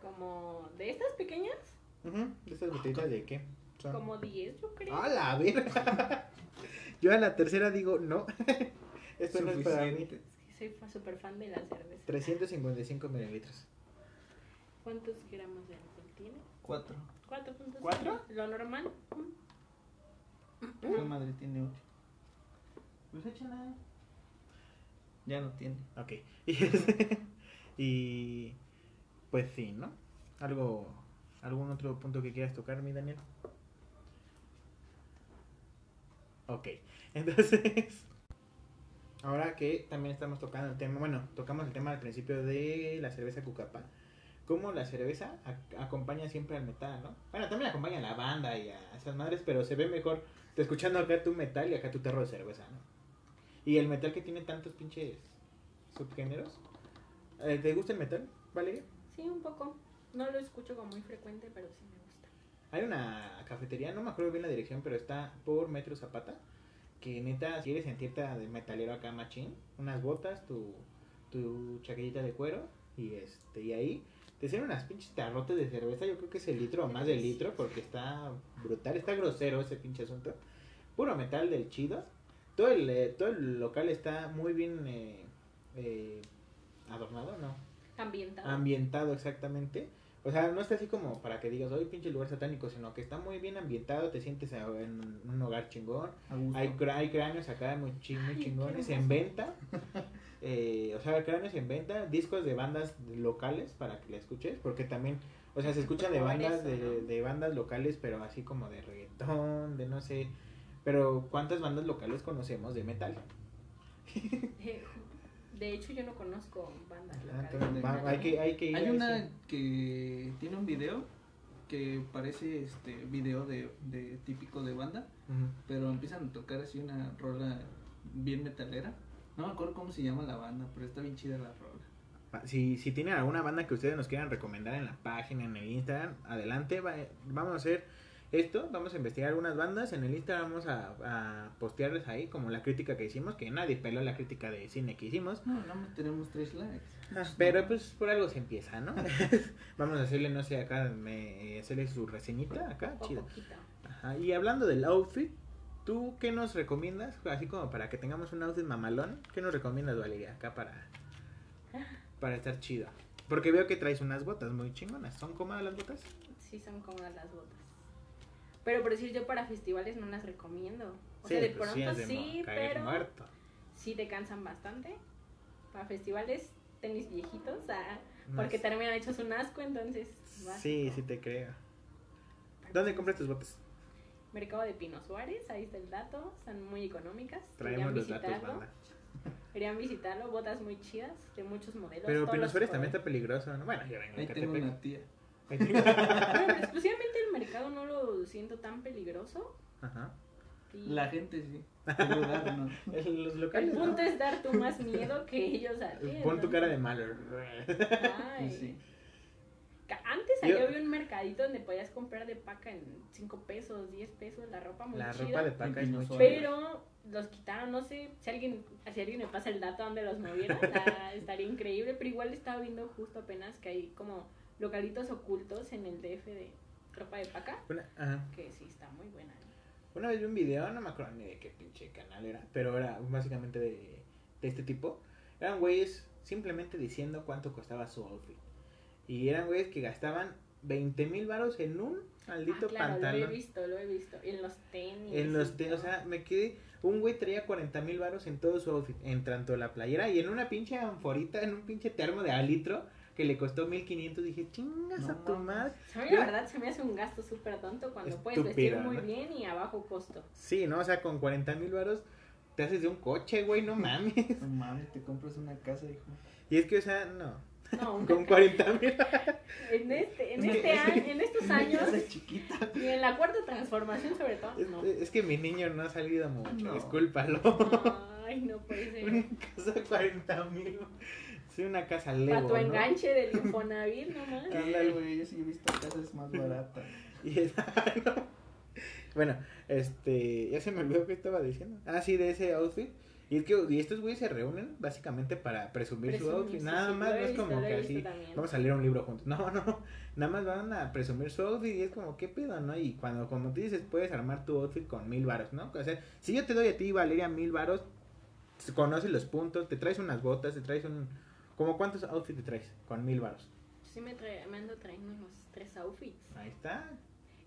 Speaker 3: Como de estas pequeñas,
Speaker 1: Ujú, ¿de ¿Estas botellitas de qué? Son...
Speaker 3: como 10, yo creo.
Speaker 1: ¡A la verga! Yo a la tercera digo, no. Esto no es para mí.
Speaker 2: Suficiente.
Speaker 3: Es que soy fa- súper fan de la cerveza.
Speaker 1: 355 mililitros.
Speaker 3: ¿Cuántos gramos de alcohol tiene?
Speaker 2: Cuatro.
Speaker 3: 4.5.
Speaker 1: ¿Cuatro?
Speaker 3: Lo normal. Mm.
Speaker 2: Su madre tiene ocho. Mm. Pues échala. Ya no tiene.
Speaker 1: Ok. Y, este- y, pues sí, ¿no? Algo, ¿Algún otro punto que quieras tocar, mi Daniel? Ok. Entonces, ahora que también estamos tocando el tema, bueno, tocamos el tema al principio de la cerveza cucapa. Cómo la cerveza ac- acompaña siempre al metal, ¿no? Bueno, también acompaña a la banda y a esas madres, pero se ve mejor te escuchando acá tu metal y acá tu tarro de cerveza, ¿no? Y el metal que tiene tantos pinches subgéneros. Eh, ¿Te gusta el metal, Valeria?
Speaker 3: Sí, un poco. No lo escucho como muy frecuente, pero sí me gusta.
Speaker 1: Hay una cafetería, no me acuerdo bien la dirección, pero está por Metro Zapata. Que neta, si quieres sentirte de metalero acá machín, unas botas, tu, tu chaquetita de cuero y este y ahí te sirven unas pinches tarrotes de cerveza, yo creo que es el litro o más del litro porque está brutal, está grosero ese pinche asunto. Puro metal del chido. Todo el, eh, todo el local está muy bien eh, eh, adornado, ¿no?
Speaker 3: Ambientado.
Speaker 1: Ah. ambientado exactamente. O sea, no está así como para que digas, hoy pinche lugar satánico, sino que está muy bien ambientado, te sientes a- en un hogar chingón.
Speaker 2: A gusto.
Speaker 1: Hay, cr- hay cráneos acá muy, chi- muy
Speaker 3: Ay, qué
Speaker 1: chingones en
Speaker 3: hermoso.
Speaker 1: venta. Eh, o sea, cráneos en venta, discos de bandas locales para que la escuches, porque también, o sea, se escucha de
Speaker 3: Probar
Speaker 1: bandas
Speaker 3: eso,
Speaker 1: de,
Speaker 3: ¿no?
Speaker 1: de bandas locales, pero así como de reggaetón, de no sé. Pero ¿cuántas bandas locales conocemos de metal?
Speaker 3: Eh, De hecho, yo no conozco bandas
Speaker 1: Ah,
Speaker 3: locales.
Speaker 1: entonces, va- hay que hay que ir
Speaker 2: Hay
Speaker 1: a
Speaker 2: una
Speaker 1: ese.
Speaker 2: que tiene un video que parece este video de, de típico de banda,
Speaker 1: Ujú.
Speaker 2: pero empiezan a tocar así una rola bien metalera. No me acuerdo cómo se llama la banda, pero está bien chida la rola.
Speaker 1: Ah, Si, si tienen alguna banda que ustedes nos quieran recomendar en la página, en el Instagram, adelante. va- vamos a hacer esto. Vamos a investigar algunas bandas. En el Instagram vamos a, a postearles ahí como la crítica que hicimos. Que nadie peló la crítica de cine que hicimos.
Speaker 2: No, nada más tenemos tres likes.
Speaker 1: Pero pues por algo se empieza, ¿no? vamos a hacerle, no sé, acá, me, eh, hacerle su reseñita acá.
Speaker 3: O
Speaker 1: Chido.
Speaker 3: poquito.
Speaker 1: Ajá, Y hablando del outfit, ¿tú qué nos recomiendas? Así como para que tengamos un outfit mamalón, ¿qué nos recomiendas, Valeria, acá para, para estar chida? Porque veo que traes unas botas muy chingonas. ¿Son cómodas las botas?
Speaker 3: Sí, son cómodas las botas. Pero por decir, yo para festivales no las recomiendo. O sea, de
Speaker 1: pues,
Speaker 3: pronto
Speaker 1: has
Speaker 3: sí,
Speaker 1: de mo- caer
Speaker 3: pero
Speaker 1: muerto.
Speaker 3: sí te cansan bastante. Para festivales, tenis viejitos, ah, porque
Speaker 1: Unas-
Speaker 3: terminan hechos un asco, entonces. vas-
Speaker 1: Sí, sí te creo.
Speaker 3: Pero
Speaker 1: ¿Dónde
Speaker 3: pues,
Speaker 1: compras tus botas?
Speaker 3: Mercado de Pino Suárez, ahí está el dato, están muy económicas.
Speaker 1: Traemos
Speaker 3: Irían
Speaker 1: los datos,
Speaker 3: visitarlo,
Speaker 1: banda.
Speaker 3: Irían visitarlo, botas muy chidas, de muchos modelos.
Speaker 1: Pero
Speaker 3: todos
Speaker 1: Pino
Speaker 3: los
Speaker 1: Suárez también
Speaker 3: colores.
Speaker 1: está peligroso, ¿no? Bueno, yo vengo de
Speaker 2: Ahí tengo
Speaker 1: Catepec.
Speaker 2: una tía.
Speaker 1: Ahí tengo-
Speaker 3: Bueno, exclusivamente el mercado no lo siento tan peligroso.
Speaker 1: Ajá.
Speaker 3: y-
Speaker 2: La gente sí. El lugar no.
Speaker 1: Los
Speaker 3: El
Speaker 1: locales, ¿no?
Speaker 3: punto es dar tú más miedo que ellos a ti.
Speaker 1: Pon tu
Speaker 3: ¿no?
Speaker 1: cara de malo.
Speaker 3: Ay.
Speaker 2: Pues Sí.
Speaker 3: Ca- Antes
Speaker 1: Yo-
Speaker 3: había había un mercadito donde podías comprar de paca en 5 pesos, 10 pesos, la ropa muy
Speaker 1: La
Speaker 3: chida.
Speaker 1: ropa de paca es muy chida.
Speaker 2: Pero-
Speaker 3: Pero los quitaron, no sé, si alguien, si alguien me pasa el dato donde los movieron, ah, estaría increíble, pero igual estaba viendo justo apenas que hay como localitos ocultos en el DF de ropa de paca,
Speaker 1: Una- ajá.
Speaker 3: que sí está muy buena. ¿no?
Speaker 1: Una vez vi un video, no me acuerdo ni de qué pinche canal era, pero era básicamente de, de este tipo. Eran güeyes simplemente diciendo cuánto costaba su outfit. Y eran güeyes que gastaban 20 mil varos en un maldito
Speaker 3: Ah, claro, lo he
Speaker 1: pantalón.
Speaker 3: visto, lo he visto. En los tenis.
Speaker 1: En
Speaker 3: y
Speaker 1: los te- o
Speaker 3: todo.
Speaker 1: sea, me quedé. Un güey traía 40 mil varos en todo su outfit, en tanto la playera y en una pinche anforita, en un pinche termo de alitro que le costó 1500. Dije, chingas
Speaker 2: No
Speaker 1: a tu
Speaker 2: mames.
Speaker 1: madre.
Speaker 3: A mí la verdad se me hace un gasto súper tonto cuando puedes vestir
Speaker 1: Estúpido,
Speaker 3: muy
Speaker 1: ¿no?
Speaker 3: bien y a bajo costo.
Speaker 1: Sí, ¿no? O sea, con 40 mil varos te haces de un coche, güey, no mames.
Speaker 2: No mames, te compras una casa, hijo.
Speaker 1: Y es que, o sea, no.
Speaker 3: No, una
Speaker 1: Con
Speaker 3: ca-
Speaker 1: 40 mil.
Speaker 3: en, este, en, este año, en estos años
Speaker 2: Esa chiquita.
Speaker 3: y en la cuarta transformación sobre todo,
Speaker 1: Es,
Speaker 3: no.
Speaker 1: es que mi niño no ha salido mucho,
Speaker 2: No.
Speaker 1: discúlpalo.
Speaker 3: Ay, no puede
Speaker 1: Una
Speaker 3: ser.
Speaker 1: casa 40 mil. Sí, una casa
Speaker 3: Para
Speaker 1: lego,
Speaker 3: tu
Speaker 1: ¿no?
Speaker 3: enganche del Infonavit, no más.
Speaker 2: Ándale, güey, yo sí he visto casas más baratas.
Speaker 1: Y es- Bueno, este, ya se me olvidó que estaba diciendo. Ah, sí, Ah, de ese outfit. Y es que y estos güeyes se reúnen básicamente para presumir su
Speaker 3: Presumir,
Speaker 1: outfit.
Speaker 3: sí,
Speaker 1: Nada
Speaker 3: sí,
Speaker 1: más,
Speaker 3: lo
Speaker 1: no
Speaker 3: he
Speaker 1: es
Speaker 3: visto,
Speaker 1: como
Speaker 3: lo he
Speaker 1: que
Speaker 3: visto
Speaker 1: así.
Speaker 3: también.
Speaker 1: Vamos a leer un libro juntos. No, no. Nada más van a presumir su outfit y es como, ¿qué pedo, no? Y cuando, como tú dices, puedes armar tu outfit con mil varos, ¿no? O sea, si yo te doy a ti, Valeria, mil varos, conoces los puntos, te traes unas botas, te traes un. ¿Cómo cuántos outfits te traes con mil varos?
Speaker 3: Sí, me, trae- me ando trayendo unos tres outfits.
Speaker 1: Ahí está.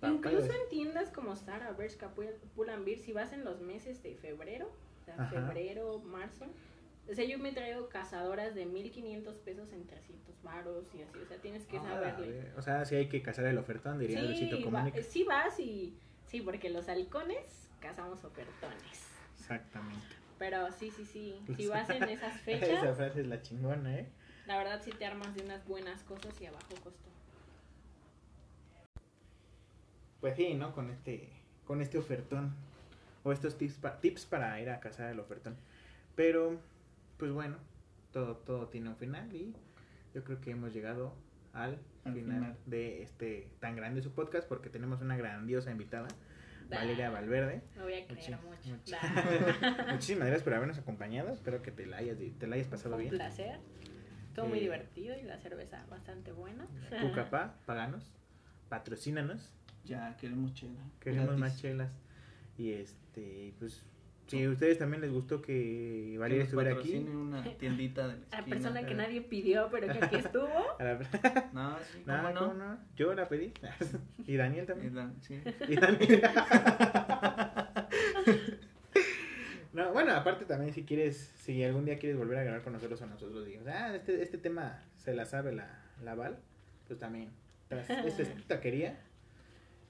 Speaker 3: Incluso en tiendas como Zara, Bershka, Pull Pull and Bear, si vas en los meses de febrero, o sea,
Speaker 1: Ajá.
Speaker 3: febrero, marzo, o sea, yo me traigo cazadoras de 1500 pesos en 300 varos y así, o sea, tienes que
Speaker 1: Ah,
Speaker 3: saberle.
Speaker 1: o sea, sí hay que cazar el ofertón, diría Luisito
Speaker 3: Sí, va-
Speaker 1: Comunica.
Speaker 3: sí vas y sí, porque los halcones cazamos ofertones.
Speaker 1: Exactamente.
Speaker 3: Pero sí, sí, sí, si vas en esas fechas,
Speaker 1: Esa frase es la chingona, ¿eh?
Speaker 3: La verdad sí te armas de unas buenas cosas y a bajo costo.
Speaker 1: Pues sí, ¿no? Con este, con este ofertón. O estos tips, pa- tips para ir a cazar el ofertón. Pero, pues bueno, todo, todo tiene un final y yo creo que hemos llegado al,
Speaker 2: Al
Speaker 1: final,
Speaker 2: final.
Speaker 1: de este tan grande su podcast porque tenemos una grandiosa invitada,
Speaker 3: Da.
Speaker 1: Valeria Valverde.
Speaker 3: No voy a creer
Speaker 1: Muchi-
Speaker 3: mucho.
Speaker 1: muchi-
Speaker 3: Da.
Speaker 1: Muchísimas gracias por habernos acompañado. Espero que te la hayas, te la hayas pasado
Speaker 3: Fue un
Speaker 1: bien.
Speaker 3: placer. Estuvo muy
Speaker 1: Eh,
Speaker 3: divertido y la cerveza bastante buena.
Speaker 1: Cucapá, paganos, patrocínanos,
Speaker 2: Ya, queremos chela.
Speaker 1: queremos
Speaker 2: Gratis.
Speaker 1: más chelas. Y este, pues, si a ustedes también les gustó que
Speaker 2: Que
Speaker 1: Valeria
Speaker 2: nos
Speaker 1: estuviera
Speaker 2: patrocine
Speaker 1: aquí,
Speaker 2: una tiendita de la
Speaker 3: A la
Speaker 2: esquina.
Speaker 3: persona que
Speaker 1: eh.
Speaker 3: nadie pidió, pero que aquí estuvo.
Speaker 1: a la-
Speaker 2: No, sí, ¿cómo
Speaker 1: nada,
Speaker 2: no?
Speaker 1: ¿cómo no? Yo la pedí. y Daniel
Speaker 2: Es
Speaker 1: también.
Speaker 2: la- sí.
Speaker 1: Y Daniel. No, bueno, aparte también si quieres, si algún día quieres volver a grabar con nosotros o nosotros digas, ah, este, este tema se la sabe la, la Val, pues también, tras- esta es tu taquería.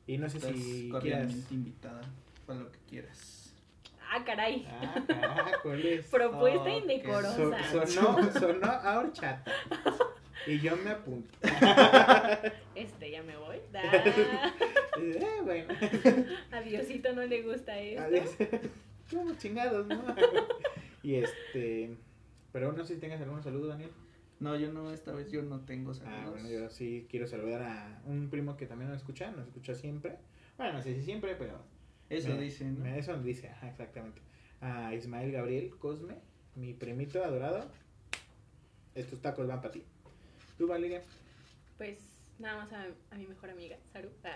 Speaker 1: Y no sé
Speaker 2: Estás
Speaker 1: si
Speaker 2: cordialmente
Speaker 1: quieras
Speaker 2: invitada para lo que quieras.
Speaker 3: Ah, caray.
Speaker 1: Ah, caracoles.
Speaker 3: Propuesta
Speaker 2: Oh, qué
Speaker 1: So-
Speaker 3: indecorosa.
Speaker 1: sonó, sonó a horchata. Y yo me apunto.
Speaker 3: Este, ya me voy. Da.
Speaker 1: Eh, bueno.
Speaker 3: A Diosito no le gusta esto.
Speaker 1: Adiós. Como chingados, ¿no? Y este. Pero no sé si tengas algún saludo, Daniel.
Speaker 2: No, yo no, esta vez yo no tengo
Speaker 1: Ah,
Speaker 2: saludos.
Speaker 1: bueno, yo sí quiero saludar a un primo que también nos escucha, nos escucha siempre. Bueno, no sé si siempre, pero.
Speaker 2: Eso
Speaker 1: me-
Speaker 2: dicen, ¿no?
Speaker 1: me- Eso dice, ajá, exactamente. A Ismael Gabriel Cosme, mi primito adorado. Estos tacos van para ti. ¿Tú, Valeria?
Speaker 3: Pues nada más a, a mi mejor amiga, Saru. Da.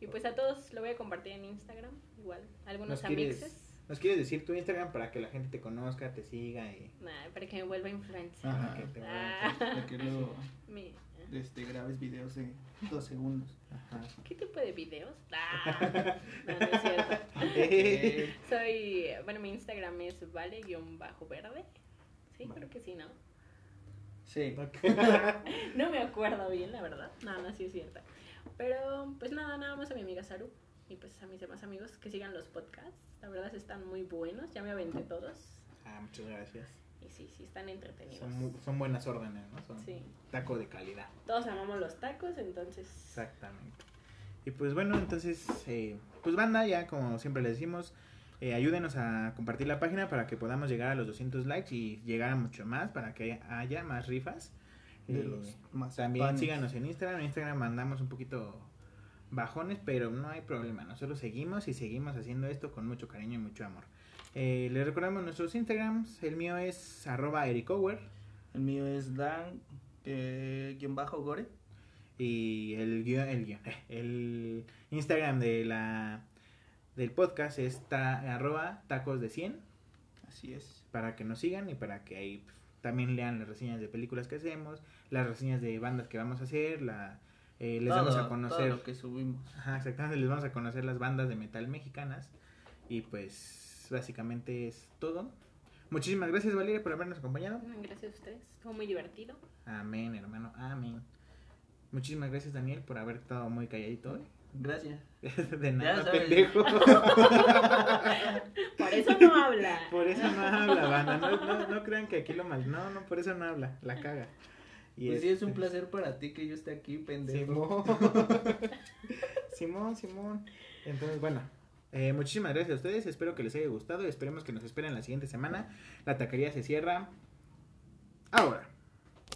Speaker 3: Y pues a todos lo voy a compartir en Instagram, igual. Algunos
Speaker 1: ¿Nos quieres-
Speaker 3: amixes.
Speaker 1: ¿Nos quieres decir tu Instagram para que la gente te conozca, te siga y.
Speaker 3: Nah, para que me vuelva influencer.
Speaker 1: Ajá,
Speaker 2: Ah,
Speaker 1: que te
Speaker 3: Ah.
Speaker 1: vuelvan-
Speaker 2: Para que luego
Speaker 3: Mi-
Speaker 2: este, grabes videos de dos segundos.
Speaker 1: Ajá.
Speaker 3: ¿Qué tipo de videos? Ah, no, no es cierto.
Speaker 2: Eh,
Speaker 3: Soy, bueno, mi Instagram es vale-verde. Sí, creo que sí, ¿no?
Speaker 2: sí.
Speaker 1: Ok.
Speaker 3: No me acuerdo bien, la verdad. No, no, sí es cierto. Pero, pues nada, nada más a mi amiga Saru y pues a mis demás amigos que sigan los podcasts. La verdad están muy buenos, ya me aventé todos.
Speaker 1: Ah, muchas gracias.
Speaker 3: Y sí, sí, están entretenidos.
Speaker 1: Son, mu- son buenas órdenes, ¿no? Son
Speaker 3: Sí,
Speaker 1: taco de calidad.
Speaker 3: todos amamos los tacos, entonces...
Speaker 1: Exactamente. Y pues bueno, entonces, eh, pues banda, ya como siempre les decimos, eh, ayúdenos a compartir la página para que podamos llegar a los 200 likes y llegar a mucho más para que haya más rifas.
Speaker 2: De
Speaker 1: Eh,
Speaker 2: los más
Speaker 1: También síganos en Instagram. En Instagram mandamos un poquito bajones, pero no hay problema. Nosotros seguimos y seguimos haciendo esto con mucho cariño y mucho amor. Eh, les recordamos nuestros Instagrams. El mío es arroba ericower
Speaker 2: El mío es Dan, eh, guión bajo Gore.
Speaker 1: y el guión, el guión, eh, el Instagram de la del podcast es ta- arroba tacos de 100
Speaker 2: Así es.
Speaker 1: para que nos sigan y para que ahí pues, también lean las reseñas de películas que hacemos, las reseñas de bandas que vamos a hacer, la, eh, les vamos
Speaker 2: Todo-
Speaker 1: a
Speaker 2: Todo
Speaker 1: conocer
Speaker 2: lo que subimos.
Speaker 1: Ajá, exactamente, les vamos a conocer las bandas de metal mexicanas. Y pues básicamente es todo. Muchísimas gracias Valeria por habernos acompañado.
Speaker 3: Gracias a ustedes, fue muy divertido.
Speaker 1: Amén, hermano, amén. Muchísimas gracias Daniel por haber estado muy calladito hoy.
Speaker 2: Gracias.
Speaker 1: De nada,
Speaker 2: sabes.
Speaker 1: pendejo.
Speaker 3: Por eso no habla.
Speaker 1: Por eso no habla, banda. No, no, no crean que aquí lo mal. No, no, por eso no habla. La caga.
Speaker 2: Y Pues sí, es un
Speaker 1: este,
Speaker 2: placer para ti que yo esté aquí, pendejo.
Speaker 1: Simón. Simón, Simón. Entonces, bueno. eh, muchísimas gracias a ustedes, espero que les haya gustado y esperemos que nos esperen la siguiente semana. La taquería se cierra ahora.